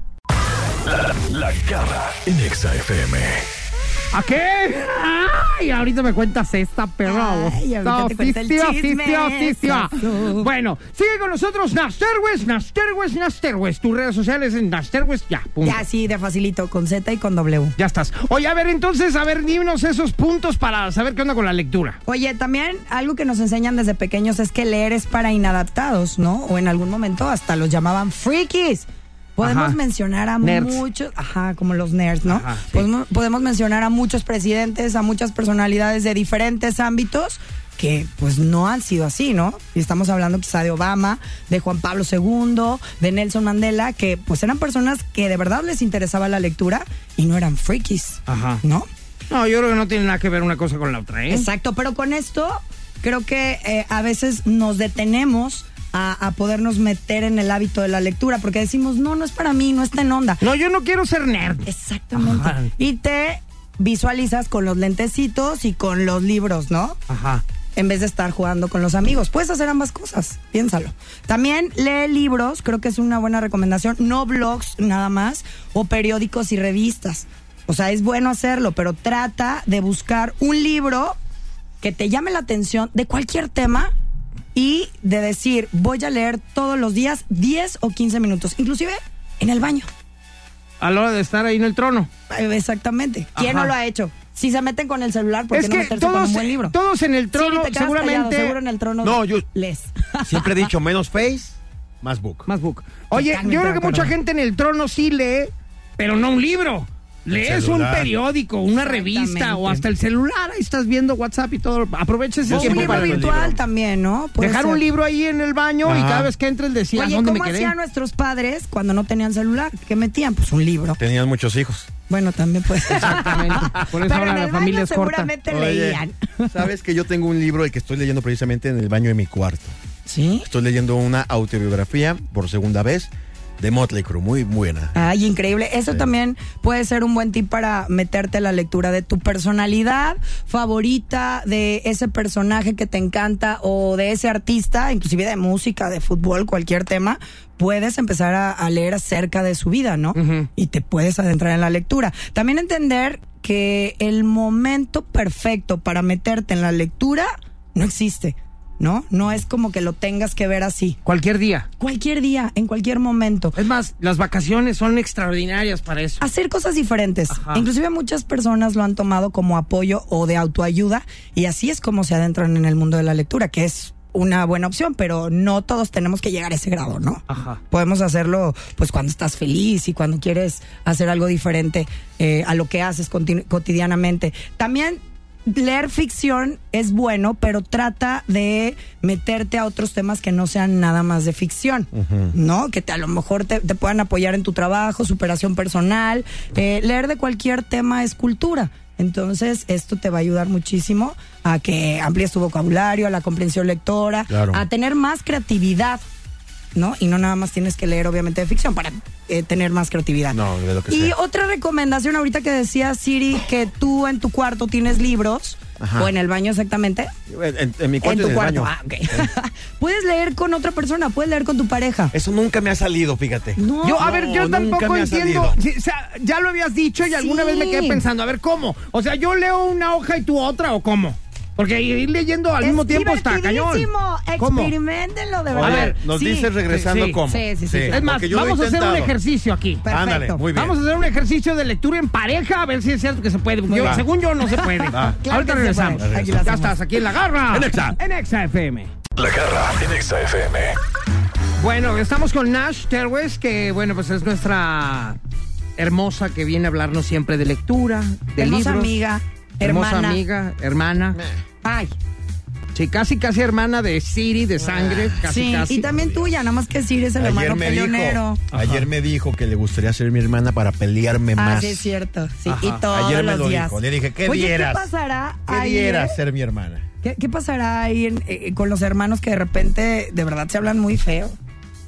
Speaker 2: La Garra en Exa FM.
Speaker 3: ¿A qué? Ay, ahorita me cuentas esta, perra.
Speaker 6: Ay, ahorita te cuento el
Speaker 3: Fistia,
Speaker 6: chisme,
Speaker 3: fistia, fistia.
Speaker 6: eso.
Speaker 3: Bueno, sigue con nosotros Nasterwes, Nasterwes, Nasterwes. Tus redes sociales en Nasterwes, ya, punto.
Speaker 6: Ya, sí, de facilito, con Z y con W.
Speaker 3: Ya estás. Oye, a ver, entonces, a ver, dinos esos puntos para saber qué onda con la lectura.
Speaker 6: Oye, también algo que nos enseñan desde pequeños es que leer es para inadaptados, ¿no? O en algún momento hasta los llamaban freakies. Podemos
Speaker 3: Ajá.
Speaker 6: mencionar a
Speaker 3: Nerds.
Speaker 6: muchos, ajá, como los nerds, ¿no?
Speaker 3: Ajá, sí.
Speaker 6: podemos, podemos mencionar a muchos presidentes, a muchas personalidades de diferentes ámbitos que pues no han sido así, ¿no? Y estamos hablando quizá de Obama, de Juan Pablo II, de Nelson Mandela, que pues eran personas que de verdad les interesaba la lectura y no eran freakies,
Speaker 3: Ajá.
Speaker 6: ¿no?
Speaker 3: No, yo creo que no tiene nada que ver una cosa con la otra, ¿eh?
Speaker 6: Exacto, pero con esto creo que eh, a veces nos detenemos a, a podernos meter en el hábito de la lectura porque decimos, no, no es para mí, no está en onda.
Speaker 3: No, yo no quiero ser nerd.
Speaker 6: Exactamente.
Speaker 3: Ajá.
Speaker 6: Y te visualizas con los lentecitos y con los libros, ¿no?
Speaker 3: Ajá.
Speaker 6: en vez de estar jugando con los amigos. Puedes hacer ambas cosas, piénsalo. También lee libros, creo que es una buena recomendación, no blogs nada más, o periódicos y revistas. O sea, es bueno hacerlo, pero trata de buscar un libro que te llame la atención de cualquier tema y de decir, voy a leer todos los días 10 o 15 minutos, inclusive en el baño.
Speaker 3: A la hora de estar ahí en el trono.
Speaker 6: Eh, Exactamente. ¿Quién
Speaker 3: Ajá.
Speaker 6: no lo ha hecho? Si se meten con el celular, ¿por qué
Speaker 3: es
Speaker 6: no
Speaker 3: que
Speaker 6: meterse con
Speaker 3: todos,
Speaker 6: un buen libro?
Speaker 3: todos en el
Speaker 6: Sí,
Speaker 3: trono,
Speaker 6: te quedas
Speaker 3: seguramente.
Speaker 6: callado, seguro en el trono
Speaker 4: No, yo-
Speaker 6: les.
Speaker 4: Siempre he dicho, menos face, más book.
Speaker 3: Más book. Oye,
Speaker 6: Totalmente
Speaker 3: yo creo
Speaker 6: de
Speaker 3: que mucha
Speaker 6: acuerdo.
Speaker 3: gente en el trono sí lee, pero no un libro. Lees un
Speaker 4: celular.
Speaker 3: periódico, una
Speaker 6: Exactamente.
Speaker 3: revista o hasta el celular. Ahí estás viendo WhatsApp y todo. Aprovecha ese
Speaker 4: O un
Speaker 6: O un
Speaker 3: tiempo
Speaker 6: libro
Speaker 3: para leer.
Speaker 6: virtual también, ¿no? Puede
Speaker 3: Dejar
Speaker 6: ser.
Speaker 3: un libro ahí en el baño y
Speaker 4: Ajá.
Speaker 3: cada vez que entres decías
Speaker 6: Oye,
Speaker 3: dónde
Speaker 6: ¿cómo
Speaker 3: me quedé.
Speaker 6: hacían nuestros padres cuando no tenían celular? ¿Qué metían? Pues un libro.
Speaker 4: Tenían muchos hijos.
Speaker 6: Bueno, también puede ser.
Speaker 3: Exactamente. Por eso
Speaker 6: Pero
Speaker 3: ahora
Speaker 6: en
Speaker 3: la
Speaker 6: el baño
Speaker 3: familia es corta.
Speaker 6: seguramente
Speaker 4: Oye,
Speaker 6: leían.
Speaker 4: Sabes que yo tengo un libro el que estoy leyendo precisamente en el baño de mi cuarto.
Speaker 6: ¿Sí?
Speaker 4: Estoy leyendo una autobiografía por segunda vez de Motley Crue, muy buena.
Speaker 6: Ay, increíble. Eso también puede ser un buen tip para meterte a la lectura de tu personalidad favorita, de ese personaje que te encanta o de ese artista, inclusive de música, de fútbol, cualquier tema. Puedes empezar a, a leer acerca de su vida, ¿no? Y te puedes adentrar en la lectura. También entender que el momento perfecto para meterte en la lectura no existe, ¿no? No es como que lo tengas que ver así.
Speaker 3: Cualquier día.
Speaker 6: Cualquier día, en cualquier momento
Speaker 3: Es más, las vacaciones son extraordinarias para eso.
Speaker 6: hacer cosas diferentes.
Speaker 3: Ajá.
Speaker 6: Inclusive muchas personas lo han tomado como apoyo o de autoayuda y así es como se adentran en el mundo de la lectura, que es una buena opción, pero no todos tenemos que llegar a ese grado, ¿no?
Speaker 3: Ajá.
Speaker 6: Podemos hacerlo pues cuando estás feliz y cuando quieres hacer algo diferente eh, a lo que haces conti- cotidianamente. También leer ficción es bueno, pero trata de meterte a otros temas que no sean nada más de ficción, ¿no? Que te- a lo mejor te, te puedan apoyar en tu trabajo, superación personal. Eh, leer de cualquier tema es cultura. Entonces, esto te va a ayudar muchísimo a que amplíes tu vocabulario, a la comprensión lectora,
Speaker 4: Claro.
Speaker 6: a tener más creatividad. ¿no? Y no nada más tienes que leer, obviamente, de ficción para eh, tener más creatividad.
Speaker 4: No, de lo que
Speaker 6: Y
Speaker 4: sea.
Speaker 6: otra recomendación, ahorita que decía Siri, que tú en tu cuarto tienes libros,
Speaker 4: Ajá.
Speaker 6: o en el baño exactamente.
Speaker 4: En, en- en mi cuarto
Speaker 6: en
Speaker 4: y
Speaker 6: tu
Speaker 4: en el
Speaker 6: cuarto.
Speaker 4: baño.
Speaker 6: Ah, ok. puedes leer con otra persona, puedes leer con tu pareja.
Speaker 4: Eso nunca me ha salido, fíjate.
Speaker 6: No.
Speaker 3: Yo, a ver, yo
Speaker 4: nunca
Speaker 3: tampoco
Speaker 4: me ha
Speaker 3: entiendo.
Speaker 4: salido.
Speaker 3: Sí, o sea, ya lo habías dicho y alguna
Speaker 6: Sí.
Speaker 3: vez me quedé pensando, a ver, ¿cómo? O sea, yo leo una hoja y tú otra, ¿o cómo? Porque ir leyendo al
Speaker 6: Es
Speaker 3: mismo tiempo está cañón.
Speaker 6: divertidísimo,
Speaker 3: ¿Cómo?
Speaker 6: Experimentenlo, de
Speaker 4: Oye,
Speaker 6: verdad.
Speaker 3: A ver,
Speaker 4: nos
Speaker 3: sí,
Speaker 4: dices regresando
Speaker 3: sí,
Speaker 4: cómo.
Speaker 6: sí, sí, sí, sí.
Speaker 3: Es más,
Speaker 4: porque yo lo he
Speaker 3: vamos a hacer un
Speaker 4: intentado.
Speaker 3: ejercicio aquí.
Speaker 6: Perfecto.
Speaker 4: Ándale, muy bien.
Speaker 3: Vamos a hacer un ejercicio de lectura en pareja, a ver si es cierto que se puede. porque yo-
Speaker 4: bien.
Speaker 3: según yo, no se puede.
Speaker 4: Va.
Speaker 6: que
Speaker 3: Ahorita
Speaker 6: se
Speaker 3: regresamos.
Speaker 6: puede. Aquí la
Speaker 3: ya
Speaker 6: hacemos.
Speaker 3: estás aquí en la garra.
Speaker 4: En Exa.
Speaker 3: En Exa FM.
Speaker 2: La garra en Exa FM.
Speaker 3: Bueno, estamos con Nash Terwes, que bueno, pues es nuestra hermosa que viene a hablarnos siempre de lectura, de
Speaker 6: hermosa
Speaker 3: libros.
Speaker 6: amiga,
Speaker 3: Hermosa
Speaker 6: hermana.
Speaker 3: amiga, hermana.
Speaker 6: Ay,
Speaker 3: Sí, casi casi hermana de Siri, de sangre, casi
Speaker 6: sí.
Speaker 3: casi.
Speaker 6: Y también tuya, nada más que Siri es el
Speaker 4: Ayer
Speaker 6: hermano
Speaker 4: me, dijo,
Speaker 6: peleonero.
Speaker 4: ayer me dijo que le gustaría ser mi hermana para pelearme
Speaker 6: Ah,
Speaker 4: más.
Speaker 6: sí, es cierto. Sí,
Speaker 3: Ajá.
Speaker 6: y todos
Speaker 4: Ayer me
Speaker 6: los
Speaker 4: lo
Speaker 6: días.
Speaker 4: dijo. Le dije, ¿qué
Speaker 6: Oye,
Speaker 4: dieras?
Speaker 6: ¿qué pasará
Speaker 4: ¿Qué
Speaker 6: ahí?
Speaker 4: diera
Speaker 6: eh?
Speaker 4: ser mi hermana?
Speaker 6: ¿Qué, qué pasará ahí en- eh, con los hermanos que de repente de verdad se hablan muy feo?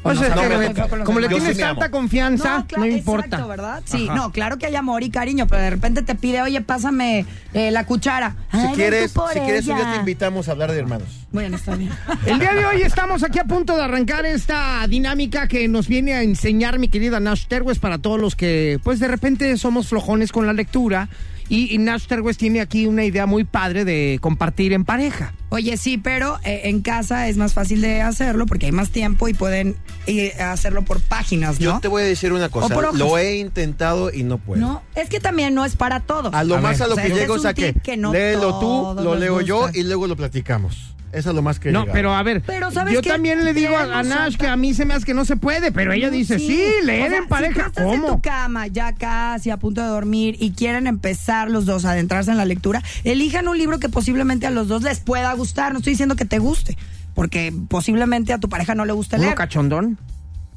Speaker 3: O sea,
Speaker 6: No,
Speaker 3: que
Speaker 6: no,
Speaker 3: le-
Speaker 6: no, no, no, no,
Speaker 3: como le
Speaker 4: yo sí
Speaker 3: tienes
Speaker 4: me amo.
Speaker 3: tanta confianza, no,
Speaker 6: claro,
Speaker 3: importa.
Speaker 6: Exacto, ¿verdad? Sí,
Speaker 3: Ajá.
Speaker 6: no, claro que hay amor y cariño, pero de repente te pide, oye, pásame eh, la cuchara.
Speaker 3: Ah,
Speaker 6: Ay,
Speaker 4: Si
Speaker 6: ven
Speaker 4: quieres,
Speaker 6: tú por
Speaker 4: si quieres un día
Speaker 6: ella.
Speaker 4: te invitamos a hablar de hermanos.
Speaker 6: Bueno, está bien.
Speaker 3: El día de hoy estamos aquí a punto de arrancar esta dinámica que nos viene a enseñar mi querida Nash Terwes para todos los que, pues de repente somos flojones con la lectura Y, y Nash Terwes tiene aquí una idea muy padre de compartir en pareja.
Speaker 6: Oye, sí, pero eh, en casa es más fácil de hacerlo porque hay más tiempo y pueden eh, hacerlo por páginas, ¿no?
Speaker 4: Yo te voy a decir una cosa.
Speaker 6: O por hojas.
Speaker 4: Lo he intentado y no puedo.
Speaker 6: No, es que también no es para todos.
Speaker 4: A lo más
Speaker 6: ver,
Speaker 4: a lo
Speaker 6: o sea,
Speaker 4: que
Speaker 6: este
Speaker 4: llego
Speaker 6: es
Speaker 4: es
Speaker 6: un
Speaker 4: a que,
Speaker 6: tip que no
Speaker 4: léelo tú,
Speaker 6: todos
Speaker 4: lo
Speaker 6: nos
Speaker 4: leo yo
Speaker 6: gusta.
Speaker 4: y luego lo platicamos. Eso es lo más que he
Speaker 3: No,
Speaker 4: llegado.
Speaker 3: pero a ver,
Speaker 6: Pero ¿sabes
Speaker 3: yo
Speaker 6: qué?
Speaker 3: también le digo a, a
Speaker 6: Léelo,
Speaker 3: Nash
Speaker 6: Santa.
Speaker 3: que a mí se me hace que no se puede, pero ella
Speaker 6: No,
Speaker 3: dice, sí, leer
Speaker 6: O sea,
Speaker 3: en pareja,
Speaker 6: si tú estás
Speaker 3: ¿cómo?
Speaker 6: en tu cama, ya casi a punto de dormir, y quieren empezar los dos a adentrarse en la lectura, elijan un libro que posiblemente a los dos les pueda gustar. No estoy diciendo que te guste, porque posiblemente a tu pareja no le gusta
Speaker 3: ¿Uno
Speaker 6: leer.
Speaker 3: cachondón?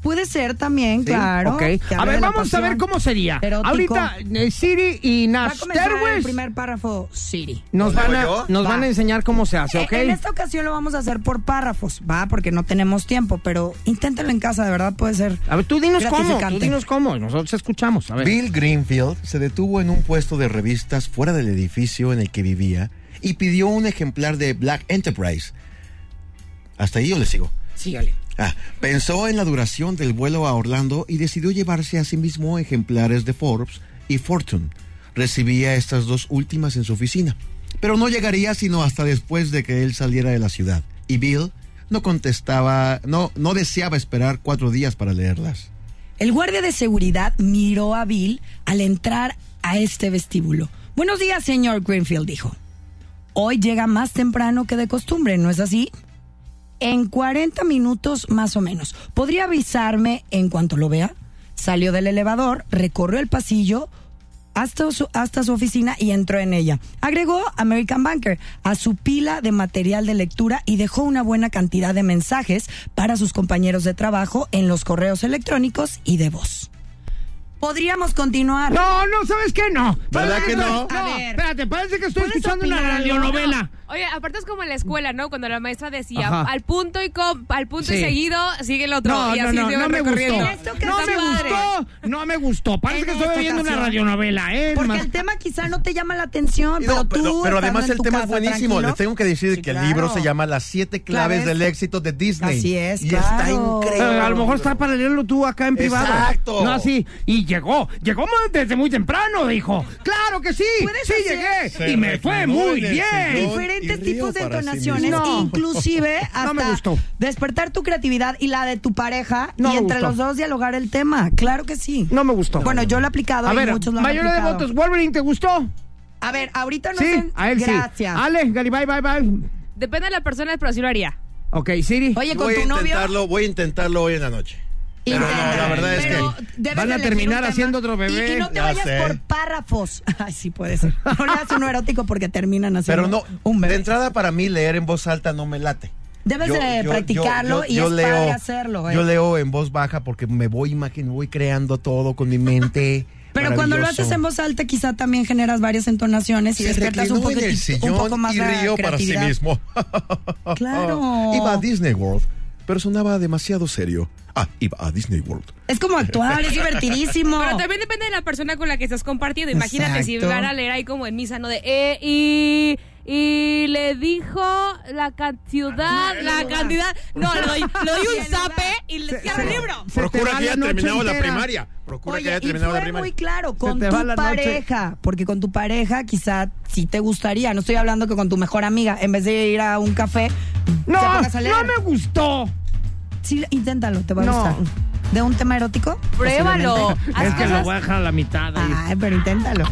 Speaker 6: Puede ser también,
Speaker 3: Sí,
Speaker 6: claro.
Speaker 3: ok.
Speaker 6: que
Speaker 3: A
Speaker 6: hable
Speaker 3: ver,
Speaker 6: de la
Speaker 3: vamos a ver
Speaker 6: pasión
Speaker 3: cómo sería.
Speaker 6: erótico.
Speaker 3: Ahorita, eh, Siri y
Speaker 6: Va a
Speaker 3: Nash
Speaker 6: comenzar el
Speaker 3: Terwes
Speaker 6: primer párrafo, Siri.
Speaker 3: nos,
Speaker 4: ¿Lo
Speaker 3: van
Speaker 4: leo
Speaker 3: a,
Speaker 4: yo?
Speaker 3: nos
Speaker 6: Va.
Speaker 3: van a enseñar cómo se hace,
Speaker 6: Eh,
Speaker 3: ¿ok?
Speaker 6: En esta ocasión lo vamos a hacer por párrafos, va, porque no tenemos tiempo, pero inténtalo en casa, de verdad puede ser.
Speaker 3: A ver, tú dinos cómo, tú
Speaker 6: gratificante.
Speaker 3: dinos cómo, nosotros escuchamos, a ver.
Speaker 4: Bill Greenfield se detuvo en un puesto de revistas fuera del edificio en el que vivía y pidió un ejemplar de Black Enterprise. Hasta ahí yo le sigo.
Speaker 3: sígale.
Speaker 4: Ah, pensó en la duración del vuelo a Orlando y decidió llevarse a sí mismo ejemplares de Forbes y Fortune. Recibía estas dos últimas en su oficina, pero no llegaría sino hasta después de que él saliera de la ciudad. Y Bill no contestaba, no, no deseaba esperar cuatro días para leerlas.
Speaker 6: El guardia de seguridad miró a Bill al entrar a este vestíbulo. Buenos días, señor Greenfield, dijo. Hoy llega más temprano que de costumbre, ¿no es así? En 40 minutos más o menos. ¿Podría avisarme en cuanto lo vea? Salió del elevador, recorrió el pasillo hasta su, hasta su oficina y entró en ella. Agregó American Banker a su pila de material de lectura y dejó una buena cantidad de mensajes para sus compañeros de trabajo en los correos electrónicos y de voz. Podríamos continuar.
Speaker 3: No, no, ¿sabes qué? No.
Speaker 4: ¿Verdad que
Speaker 3: No,
Speaker 4: no?
Speaker 6: A ver.
Speaker 3: espérate, parece que estoy
Speaker 6: ¿Puedes
Speaker 3: escuchando una
Speaker 6: opinar algo?
Speaker 3: radionovela.
Speaker 7: Oye, aparte es como en la escuela, ¿no? Cuando la maestra decía
Speaker 3: Ajá.
Speaker 7: al punto y com- al punto y
Speaker 3: Sí.
Speaker 7: seguido sigue el otro
Speaker 3: No,
Speaker 7: y
Speaker 3: no,
Speaker 7: así
Speaker 3: no,
Speaker 7: se
Speaker 3: no
Speaker 7: van
Speaker 3: me gustó.
Speaker 7: recorriendo.
Speaker 3: No
Speaker 7: Está
Speaker 3: me
Speaker 7: padre.
Speaker 3: gustó, no me gustó. Parece
Speaker 6: En
Speaker 3: que estoy
Speaker 6: esta
Speaker 3: oyendo una
Speaker 6: ocasión.
Speaker 3: radionovela, ¿eh?
Speaker 6: Porque
Speaker 3: Más-
Speaker 6: el tema quizá no te llama la atención,
Speaker 4: No,
Speaker 6: Ah, pero,
Speaker 4: pero,
Speaker 6: tú
Speaker 4: pero
Speaker 6: estando
Speaker 4: además
Speaker 6: en
Speaker 4: el
Speaker 6: tu
Speaker 4: tema es
Speaker 6: casa
Speaker 4: buenísimo.
Speaker 6: tranquilo,
Speaker 4: Les tengo que decir
Speaker 6: Sí,
Speaker 4: que
Speaker 6: claro.
Speaker 4: el libro se llama Las siete claves
Speaker 6: Claves.
Speaker 4: del éxito de Disney.
Speaker 6: Así es,
Speaker 4: Y
Speaker 6: claro.
Speaker 4: está
Speaker 3: Eh,
Speaker 4: increíble.
Speaker 3: a lo mejor está para leerlo tú acá en privado.
Speaker 4: Exacto.
Speaker 3: No así. Y llegó. Llegó muy- desde muy temprano, dijo. ¡Claro que sí!
Speaker 6: Puedes
Speaker 3: ¡Sí
Speaker 6: hacer-
Speaker 3: llegué!
Speaker 4: Se
Speaker 3: y me fue
Speaker 4: reclinó
Speaker 3: muy
Speaker 4: en el
Speaker 3: bien.
Speaker 4: sillón.
Speaker 6: diferentes
Speaker 4: y
Speaker 6: tipos
Speaker 4: río
Speaker 6: de
Speaker 4: para sí
Speaker 6: entonaciones,
Speaker 3: mismo. No.
Speaker 6: inclusive hasta
Speaker 3: No me gustó.
Speaker 6: despertar tu creatividad y la de tu pareja
Speaker 3: No
Speaker 6: y
Speaker 3: me
Speaker 6: entre
Speaker 3: gustó.
Speaker 6: los dos dialogar el tema. Claro que sí.
Speaker 3: No me gustó.
Speaker 6: Bueno, yo lo he aplicado
Speaker 3: a
Speaker 6: y
Speaker 3: ver,
Speaker 6: muchos lo han
Speaker 3: mayoría de
Speaker 6: aplicado.
Speaker 3: votos. Wolverine, ¿te gustó?
Speaker 6: A ver, ahorita no
Speaker 3: sí,
Speaker 6: sé-
Speaker 3: a él sí.
Speaker 6: Gracias.
Speaker 3: Ale, Gali, bye, bye, bye.
Speaker 7: Depende de la persona, pero sí lo haría.
Speaker 3: Ok, Siri.
Speaker 6: Oye, con
Speaker 4: Voy a
Speaker 6: tu novio
Speaker 4: intentarlo, voy a intentarlo hoy en la noche. Pero no,
Speaker 6: intenta,
Speaker 4: la verdad es
Speaker 6: pero
Speaker 4: que
Speaker 6: debes
Speaker 3: van a
Speaker 6: elegir
Speaker 3: terminar
Speaker 6: un tema
Speaker 3: haciendo otro bebé.
Speaker 6: Y, y no te
Speaker 4: Ya
Speaker 6: vayas
Speaker 4: sé.
Speaker 6: por párrafos. Ay, sí puede ser. No le hagas uno erótico porque terminan haciendo
Speaker 4: Pero no,
Speaker 6: un bebé.
Speaker 4: de entrada para mí leer en voz alta no me late.
Speaker 6: Debes de practicarlo y es padre hacerlo. ¿eh?
Speaker 4: Yo leo en voz baja porque me voy imagin- voy creando todo con mi mente.
Speaker 6: Pero cuando lo haces en voz alta, quizá también generas varias entonaciones y
Speaker 4: se
Speaker 6: despiertas un,
Speaker 4: reclinó en
Speaker 6: poquitito-
Speaker 4: el
Speaker 6: un
Speaker 4: sillón
Speaker 6: poco más
Speaker 4: y
Speaker 6: la
Speaker 4: río para sí
Speaker 6: creatividad.
Speaker 4: mismo.
Speaker 6: Claro.
Speaker 4: Iba a Disney World, pero sonaba demasiado serio. Ah, iba a Disney World.
Speaker 6: Es como actuar, es divertidísimo.
Speaker 7: Pero también depende de la persona con la que estás compartiendo. Imagínate si
Speaker 6: Exacto.
Speaker 7: van a leer ahí como en misa, ¿no? De eh, y, y le dijo la
Speaker 3: Ah,
Speaker 7: cantidad, la cantidad. No, le doy, le doy un zape y le cierro el libro.
Speaker 3: Se te va noche entera.
Speaker 4: Procura
Speaker 6: Oye, y fue muy claro, con
Speaker 3: te va
Speaker 6: tu
Speaker 3: la noche.
Speaker 6: pareja, porque con tu pareja quizá sí te gustaría, no estoy hablando que con tu mejor amiga, en vez de ir a un café,
Speaker 3: No,
Speaker 6: te pongas a leer.
Speaker 3: no me gustó.
Speaker 6: Sí, inténtalo, te va a
Speaker 3: No.
Speaker 6: gustar. ¿De un tema erótico?
Speaker 7: Pruébalo.
Speaker 6: Posiblemente.
Speaker 7: Haz
Speaker 3: es que lo
Speaker 7: cosas-
Speaker 3: voy a dejar a la mitad. ahí.
Speaker 6: Ay, pero inténtalo.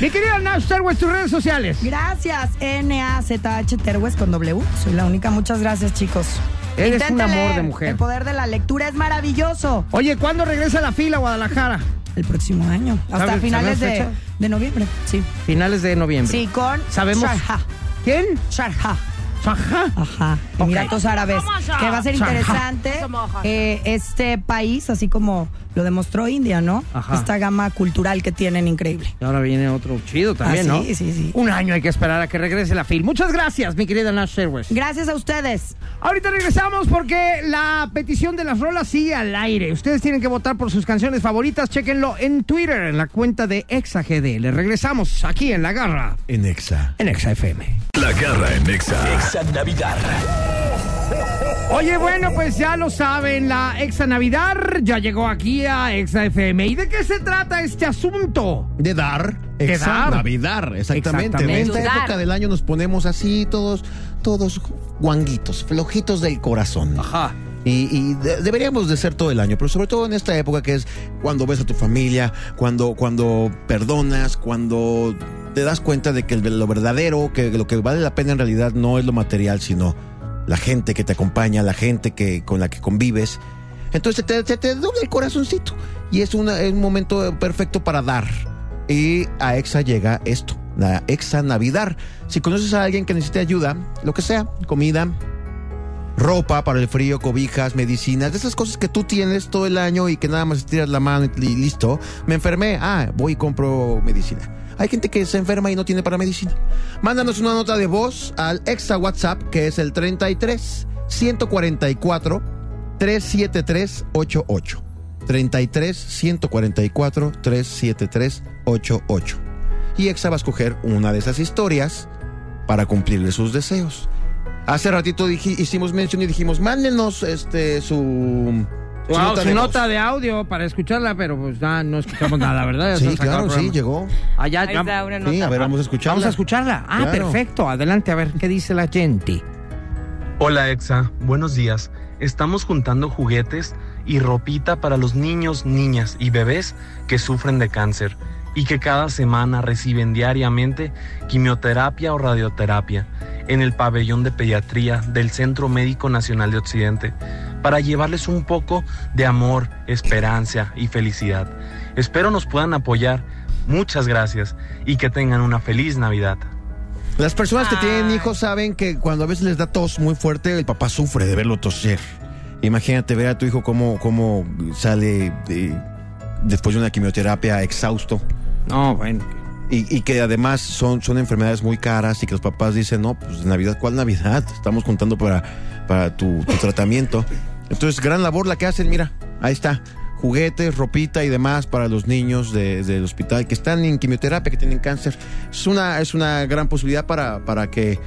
Speaker 3: Mi querida Nash Terwes, tus redes sociales.
Speaker 6: Gracias, NAZH Terwes con W. Soy la única. Muchas gracias, chicos.
Speaker 3: Eres
Speaker 6: Intenten
Speaker 3: un amor
Speaker 6: leer.
Speaker 3: de mujer.
Speaker 6: El poder de la lectura es maravilloso.
Speaker 3: Oye, ¿cuándo regresa la fila a Guadalajara?
Speaker 6: El próximo año. Hasta
Speaker 3: ¿Sabes-
Speaker 6: finales
Speaker 3: sabes
Speaker 6: de,
Speaker 3: fecha?
Speaker 6: de noviembre. Sí.
Speaker 3: Finales de noviembre.
Speaker 6: Sí, con
Speaker 3: Sabemos.
Speaker 6: Sharjah.
Speaker 3: ¿Quién?
Speaker 6: Sharjah.
Speaker 3: Ajá.
Speaker 6: Ajá.
Speaker 3: Ok.
Speaker 6: Emiratos Árabes. Que va a ser
Speaker 3: Sharjah.
Speaker 6: interesante eh, este país, así como lo demostró India, ¿no?
Speaker 3: Ajá.
Speaker 6: Esta gama cultural que tienen increíble.
Speaker 3: Y ahora viene otro chido también,
Speaker 6: Ah,
Speaker 3: ¿no?
Speaker 6: sí, sí, sí.
Speaker 3: Un año hay que esperar a que regrese la fila. Muchas gracias, mi querida Nash Sherwes.
Speaker 6: Gracias a ustedes.
Speaker 3: Ahorita regresamos porque la petición de las rolas sigue al aire. Ustedes tienen que votar por sus canciones favoritas. Chéquenlo en Twitter, en la cuenta de ExaGD. Les regresamos aquí en La Garra,
Speaker 4: En Exa.
Speaker 3: en ExaFM.
Speaker 2: La garra en Nexa.
Speaker 1: Exa Navidad.
Speaker 3: Oye, bueno, pues ya lo saben, la Exa Navidad ya llegó aquí a Exa FM. ¿Y de qué se trata este asunto?
Speaker 4: De dar.
Speaker 3: De
Speaker 4: exa-
Speaker 3: dar.
Speaker 4: Navidad, exactamente.
Speaker 3: Exactamente.
Speaker 4: En esta
Speaker 7: Ayudar.
Speaker 4: época del año nos ponemos así, todos, todos guanguitos, flojitos del corazón.
Speaker 3: Ajá.
Speaker 4: Y, y de- deberíamos de ser todo el año, pero sobre todo en esta época que es cuando ves a tu familia, cuando, cuando perdonas, cuando te das cuenta de que lo verdadero, que lo que vale la pena en realidad no es lo material, sino la gente que te acompaña, la gente que, con la que convives. Entonces te, te, te dobla el corazoncito y es, una- es un momento perfecto para dar. Y a EXA llega esto, la EXA Navidad. Si conoces a alguien que necesite ayuda, lo que sea, comida, ropa para el frío, cobijas, medicinas, de esas cosas que tú tienes todo el año y que nada más tiras la mano y y listo. Me enfermé, ah, voy y compro medicina. Hay gente que se enferma y no tiene para medicina. Mándanos una nota de voz al extra WhatsApp que es el 33 144 373 88. 33 144 373 88. Y Exa va a escoger una de esas historias para cumplirle sus deseos. Hace ratito dij- hicimos mención y dijimos, mándenos este su, su
Speaker 3: Wow, su
Speaker 4: de
Speaker 3: nota
Speaker 4: voz".
Speaker 3: de audio para escucharla, pero pues ah, no escuchamos nada, ¿verdad? Ya se
Speaker 4: Sí,
Speaker 3: nos acabó
Speaker 4: claro,
Speaker 3: el
Speaker 4: sí,
Speaker 3: programa.
Speaker 4: llegó.
Speaker 3: Ah, ya,
Speaker 7: Ahí
Speaker 3: ya.
Speaker 7: está una nota.
Speaker 4: Sí, a ver, vamos a escucharla.
Speaker 3: Vamos a escucharla. Ah,
Speaker 4: Claro.
Speaker 3: perfecto. Adelante, a ver qué dice la gente.
Speaker 5: Hola Exa, buenos días. Estamos juntando juguetes y ropita para los niños, niñas y bebés que sufren de cáncer y que cada semana reciben diariamente quimioterapia o radioterapia en el pabellón de pediatría del Centro Médico Nacional de Occidente para llevarles un poco de amor, esperanza y felicidad. Espero nos puedan apoyar. Muchas gracias y que tengan una feliz Navidad.
Speaker 4: Las personas que tienen
Speaker 7: Ay.
Speaker 4: hijos saben que cuando a veces les da tos muy fuerte, el papá sufre de verlo toser. Imagínate ver a tu hijo cómo, cómo sale de- después de una quimioterapia exhausto.
Speaker 3: No, bueno.
Speaker 4: Y, y que además son, son enfermedades muy caras y que los papás dicen, no, pues Navidad, ¿cuál Navidad? Estamos contando para, para tu, tu tratamiento. Entonces, gran labor la que hacen, mira, ahí está. Juguetes, ropita y demás para los niños de- del hospital que están en quimioterapia, que tienen cáncer. Es una, es una gran posibilidad para, para que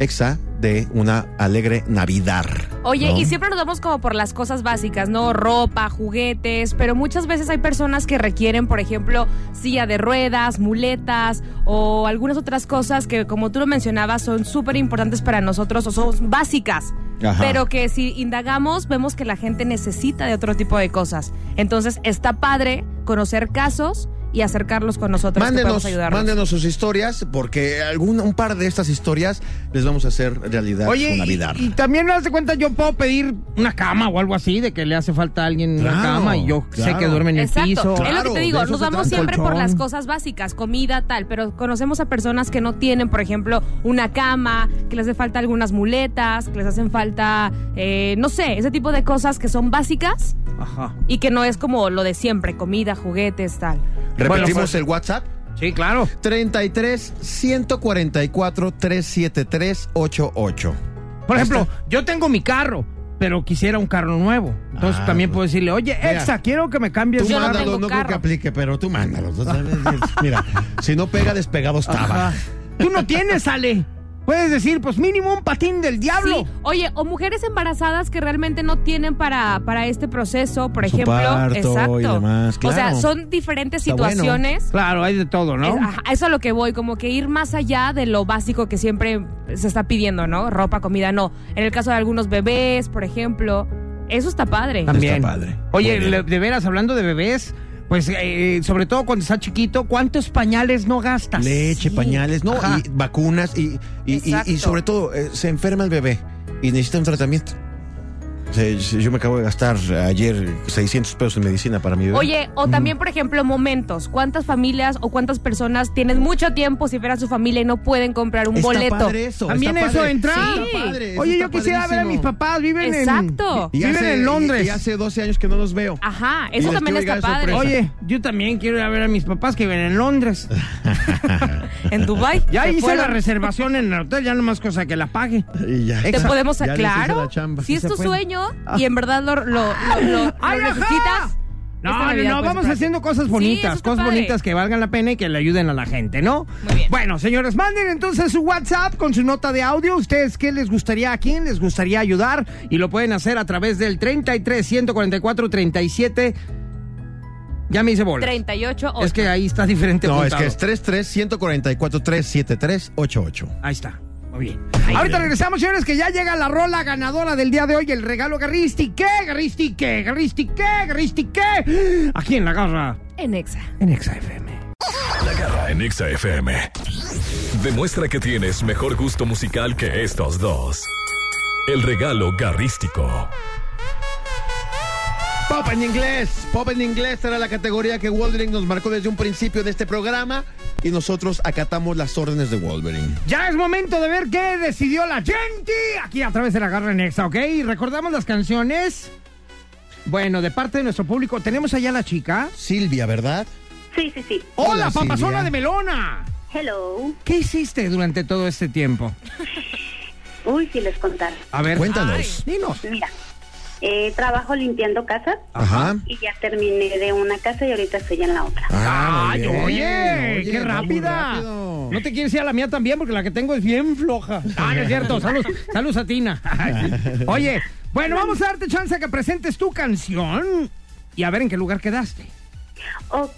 Speaker 4: EXA dé una alegre Navidad.
Speaker 7: Oye,
Speaker 4: ¿no?
Speaker 7: y siempre nos damos como por las cosas básicas, ¿no? Ropa, juguetes, pero muchas veces hay personas que requieren, por ejemplo, silla de ruedas, muletas o algunas otras cosas que, como tú lo mencionabas, son súper importantes para nosotros o son básicas.
Speaker 4: Ajá.
Speaker 7: Pero que si indagamos, vemos que la gente necesita de otro tipo de cosas. Entonces, está padre conocer casos y acercarlos con nosotros. que podemos
Speaker 4: Mándenos,
Speaker 7: ayudarlos.
Speaker 4: mándenos sus historias porque algún, un par de estas historias les vamos a hacer realidad
Speaker 3: Oye,
Speaker 4: su
Speaker 3: y,
Speaker 4: Navidad.
Speaker 3: y también me hace cuenta, yo puedo pedir una cama o algo así, de que le hace falta a alguien una
Speaker 4: Claro,
Speaker 3: cama y yo sé
Speaker 4: claro.
Speaker 3: que duerme en el
Speaker 7: Exacto.
Speaker 3: piso.
Speaker 7: es lo que
Speaker 4: Claro,
Speaker 7: te
Speaker 4: de
Speaker 7: digo,
Speaker 4: eso
Speaker 7: nos
Speaker 4: se
Speaker 7: vamos
Speaker 4: trata.
Speaker 7: siempre por
Speaker 3: Colchón.
Speaker 7: las cosas básicas, comida, tal, pero conocemos a personas que no tienen, por ejemplo, una cama, que les hace falta algunas muletas, que les hacen falta, eh, no sé, ese tipo de cosas que son básicas
Speaker 3: Ajá.
Speaker 7: y que no es como lo de siempre, comida, juguetes, tal.
Speaker 4: Repetimos
Speaker 3: Bueno, pues-
Speaker 4: el WhatsApp.
Speaker 3: Sí, claro.
Speaker 4: 33 144 373 88.
Speaker 3: Por
Speaker 4: Ahí
Speaker 3: ejemplo,
Speaker 4: está.
Speaker 3: yo tengo mi carro, pero quisiera un carro nuevo. Entonces
Speaker 4: Ah,
Speaker 3: también
Speaker 4: pues.
Speaker 3: puedo decirle, oye,
Speaker 4: Mira,
Speaker 3: Exa, quiero que me cambies
Speaker 4: Tú
Speaker 7: Yo
Speaker 3: una-
Speaker 7: no
Speaker 4: mándalo,
Speaker 7: tengo
Speaker 4: no, creo que
Speaker 7: carro.
Speaker 4: aplique, pero tú mándalo. Tú sabes, Mira, si no pega despegado estaba.
Speaker 3: Ajá. Tú no tienes, Ale. Puedes decir, pues mínimo un patín del diablo.
Speaker 7: Sí, oye, o mujeres embarazadas que realmente no tienen para, para este proceso, por
Speaker 4: Su
Speaker 7: ejemplo.
Speaker 4: parto y
Speaker 7: exacto.
Speaker 4: demás,
Speaker 7: O sea,
Speaker 4: claro.
Speaker 7: son diferentes
Speaker 4: Está bueno.
Speaker 7: situaciones.
Speaker 3: Claro, hay de todo, ¿no?
Speaker 4: ah.
Speaker 7: Es- ajá, eso es lo que voy, como que ir más allá de lo básico que siempre se está pidiendo, ¿no? Ropa, comida, no. En el caso de algunos bebés, por ejemplo, eso está padre.
Speaker 3: También.
Speaker 4: Está padre. Muy
Speaker 3: Oye,
Speaker 4: bien.
Speaker 3: le- de veras, hablando de bebés, pues eh, sobre todo cuando está chiquito, ¿cuántos pañales no gastas?
Speaker 4: Leche, pañales, no,
Speaker 3: Ajá.
Speaker 4: y vacunas y, y- y- y
Speaker 7: Exacto.
Speaker 4: sobre todo eh, se enferma el bebé y necesita un tratamiento. O sea, yo me acabo de gastar ayer 600 pesos en medicina para mi bebé.
Speaker 7: Oye, o
Speaker 3: mm.
Speaker 7: también, por ejemplo, momentos. ¿Cuántas familias o cuántas personas tienen mucho tiempo sin ver a su familia y no pueden comprar un
Speaker 4: Está
Speaker 7: boleto?
Speaker 4: padre eso,
Speaker 3: También
Speaker 4: está
Speaker 3: eso
Speaker 4: padre.
Speaker 3: entra.
Speaker 4: Sí,
Speaker 7: Sí.
Speaker 4: está padre, eso
Speaker 3: Oye, yo
Speaker 4: está
Speaker 3: quisiera ver a mis
Speaker 4: padrísimo.
Speaker 3: papás, viven
Speaker 7: Exacto.
Speaker 3: en...
Speaker 4: Y
Speaker 3: Viven
Speaker 4: hace-
Speaker 3: en Londres.
Speaker 4: Y, y hace 12 años que no los veo.
Speaker 7: Ajá,
Speaker 4: Y
Speaker 7: eso
Speaker 4: les
Speaker 7: también
Speaker 4: quiero llegar
Speaker 7: está
Speaker 4: de
Speaker 7: padre.
Speaker 4: sorpresa.
Speaker 3: Oye, yo también quiero ir a ver a mis papás que viven en Londres.
Speaker 7: en Dubai
Speaker 3: Ya
Speaker 7: se
Speaker 3: hice la
Speaker 7: fueron.
Speaker 3: reservación en el hotel, ya no más cosa que la pague.
Speaker 4: Y ya.
Speaker 7: Te Eh, podemos
Speaker 4: Ya les hice
Speaker 7: claro.
Speaker 4: la chamba.
Speaker 7: si es
Speaker 4: Se
Speaker 7: tu
Speaker 4: puede.
Speaker 7: sueño y en verdad lo, lo- lo- lo- lo
Speaker 3: Ah. ¡Ay, ajá!
Speaker 7: necesitas, esta
Speaker 3: No, no,
Speaker 7: Navidad,
Speaker 3: no,
Speaker 7: pues,
Speaker 3: vamos
Speaker 7: práctica.
Speaker 3: haciendo
Speaker 7: Sí,
Speaker 3: cosas
Speaker 7: eso
Speaker 3: bonitas,
Speaker 7: está
Speaker 3: cosas
Speaker 7: padre.
Speaker 3: bonitas que valgan la pena y que le ayuden a la gente, ¿no? Muy bien. Bueno, señores, manden entonces su WhatsApp con su nota de audio. Ustedes qué les gustaría, a quién les gustaría ayudar y lo pueden hacer a través del 33 144 37. Ya me hice bola.
Speaker 7: 38
Speaker 3: Es que ahí está diferente.
Speaker 4: No, es
Speaker 3: apuntado.
Speaker 4: que es 33 144 37388.
Speaker 3: Ahí está. Muy bien. Ahorita regresamos, señores, que ya llega la rola ganadora del día de hoy, el regalo Garristi. ¿Qué? Garristi, ¿qué? Garristi, ¿qué? Garristi, ¿qué? Aquí en la garra,
Speaker 7: En Exa.
Speaker 3: en Exa FM.
Speaker 2: La garra en Exa FM. Demuestra que tienes mejor gusto musical que estos dos. El regalo garrístico.
Speaker 4: Pop en inglés. Pop en inglés será la categoría que Wolverine nos marcó desde un principio de este programa y nosotros acatamos las órdenes de Wolverine.
Speaker 3: Ya es momento de ver qué decidió la gente aquí a través de la garra en Exa, ¿ok? Y recordamos las canciones. Bueno, de parte de nuestro público, tenemos allá a la chica.
Speaker 4: Silvia, ¿verdad?
Speaker 8: Sí, sí, sí.
Speaker 3: ¡Hola,
Speaker 4: Hola,
Speaker 3: papazona
Speaker 4: Silvia.
Speaker 3: de melona!
Speaker 8: Hello.
Speaker 3: ¿Qué hiciste durante todo este tiempo?
Speaker 8: Uy, si les contara.
Speaker 3: A ver.
Speaker 4: Cuéntanos.
Speaker 3: Dinos.
Speaker 8: Mira, eh, trabajo limpiando casas
Speaker 4: Ajá.
Speaker 8: y ya terminé de una casa y ahorita estoy en la otra.
Speaker 4: Ah,
Speaker 3: ¡Ay,
Speaker 4: muy bien.
Speaker 3: oye!
Speaker 4: Oye,
Speaker 3: ¡Qué
Speaker 4: va muy
Speaker 3: rápida!
Speaker 4: rápido.
Speaker 3: No te quieres ir a la mía también, porque la que tengo es bien floja. Ah, no es cierto. Saludos salud a Tina. Ay. Oye, bueno, vamos a darte chance a que presentes tu canción y a ver en qué lugar quedaste.
Speaker 8: Ok,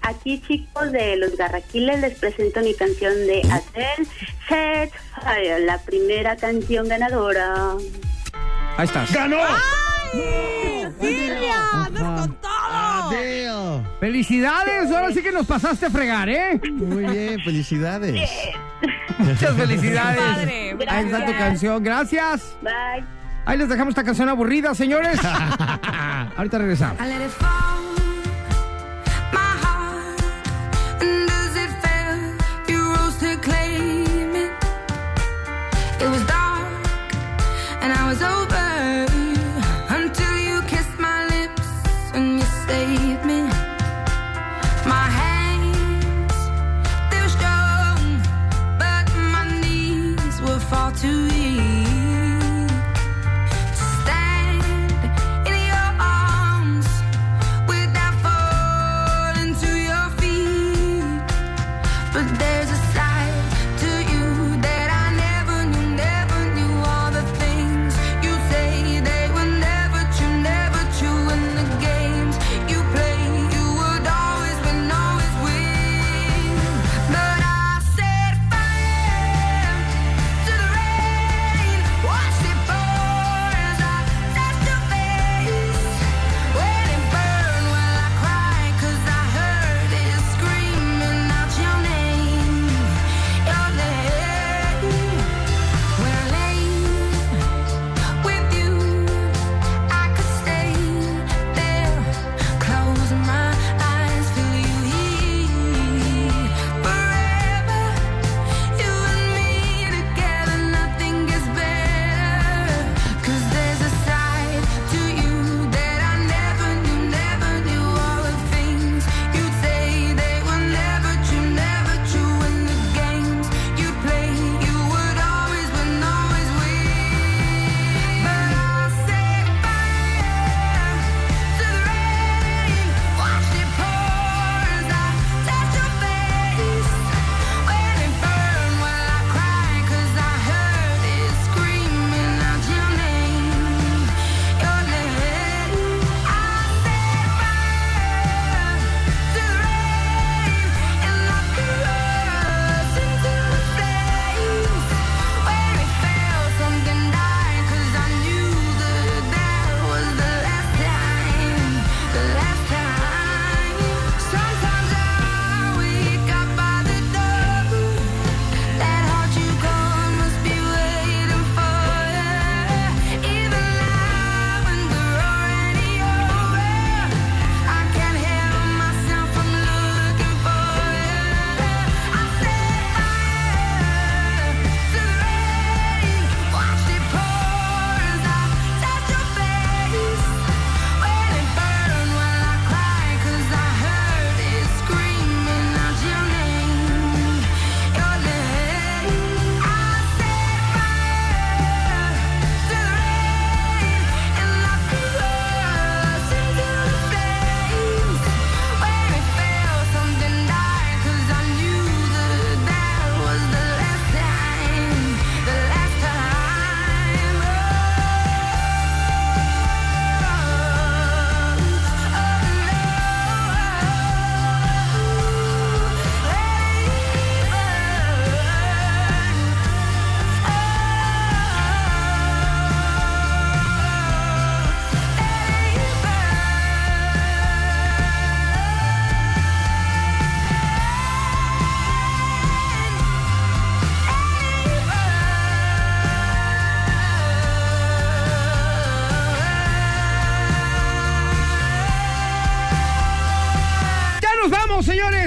Speaker 8: aquí chicos de Los Garraquiles les presento mi canción de Adele, Set Fire, la primera canción ganadora.
Speaker 3: Ahí estás. ¡Ah!
Speaker 4: ¡Ganó!
Speaker 7: ¡Silvia! ¡Andas con todo!
Speaker 4: Adele.
Speaker 3: ¡Felicidades! Ahora sí que nos pasaste a fregar, ¿eh?
Speaker 4: Muy bien, felicidades.
Speaker 3: Muchas felicidades.
Speaker 7: Padre,
Speaker 3: Ahí está tu
Speaker 7: gracias.
Speaker 3: canción. Gracias.
Speaker 8: Bye.
Speaker 3: Ahí les dejamos esta canción aburrida, señores. Ahorita regresamos.
Speaker 6: I let it fall, my heart, and as it fell, you rose to claim it. It was dark, and I was over until you kissed my lips and you saved me. My hands they were strong, but my knees were far too weak. Stand in your arms without falling to your feet. But there's a side to you that I never knew, never knew all the things you say they were never true, never true. In the games you play, you would always win, always win. But I set fire to the rain.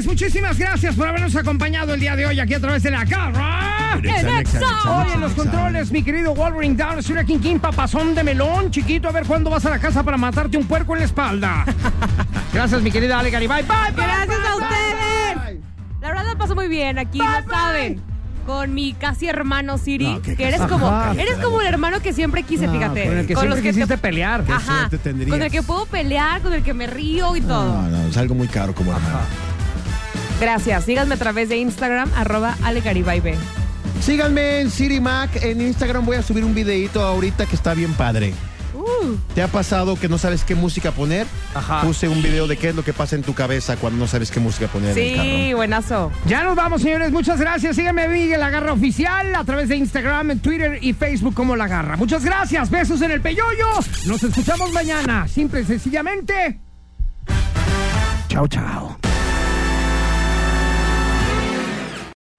Speaker 3: muchísimas gracias por habernos acompañado el día de hoy aquí a través de la garra.
Speaker 4: Exa, exa, exa, exa,
Speaker 3: Hoy en los
Speaker 4: exa.
Speaker 3: controles, mi querido Wolverine Downs, una quinquín papazón de melón, chiquito, a ver cuándo vas a la casa para matarte un puerco en la espalda. gracias, mi querida Ale Garibay. Bye, bye.
Speaker 7: Gracias
Speaker 3: bye,
Speaker 7: a
Speaker 3: bye,
Speaker 7: ustedes.
Speaker 3: bye.
Speaker 7: La verdad la paso muy bien aquí,
Speaker 3: Bye,
Speaker 7: no
Speaker 3: bye.
Speaker 7: saben. Con mi casi hermano Siri,
Speaker 4: No, qué
Speaker 7: que eres
Speaker 4: casi-
Speaker 7: como
Speaker 4: Ajá.
Speaker 7: eres como el hermano que siempre quise,
Speaker 3: No,
Speaker 7: fíjate.
Speaker 3: Ah, Con el que
Speaker 7: los
Speaker 3: siempre
Speaker 7: que te-
Speaker 3: quisiste pelear.
Speaker 4: Qué
Speaker 7: Ajá.
Speaker 4: suerte tendrías.
Speaker 7: Con el que puedo pelear, con el que me río y todo.
Speaker 4: No, no, es algo muy caro como hermano.
Speaker 7: Gracias. Síganme a través de Instagram, arroba alegaribaybe.
Speaker 4: Síganme en Siri Mac. En Instagram voy a subir un videito ahorita que está bien padre.
Speaker 7: Uh,
Speaker 4: ¿Te ha pasado que no sabes qué música poner?
Speaker 3: Ajá.
Speaker 4: Puse un video de qué es lo que pasa en tu cabeza cuando no sabes qué música poner en el
Speaker 7: sí,
Speaker 4: carro.
Speaker 7: buenazo.
Speaker 3: Ya nos vamos, señores. Muchas gracias. Síganme Miguel La Garra Oficial a través de Instagram, en Twitter y Facebook como La Garra. Muchas gracias. Besos en el peyoyo. Nos escuchamos mañana. Simple y sencillamente. Chao, chao.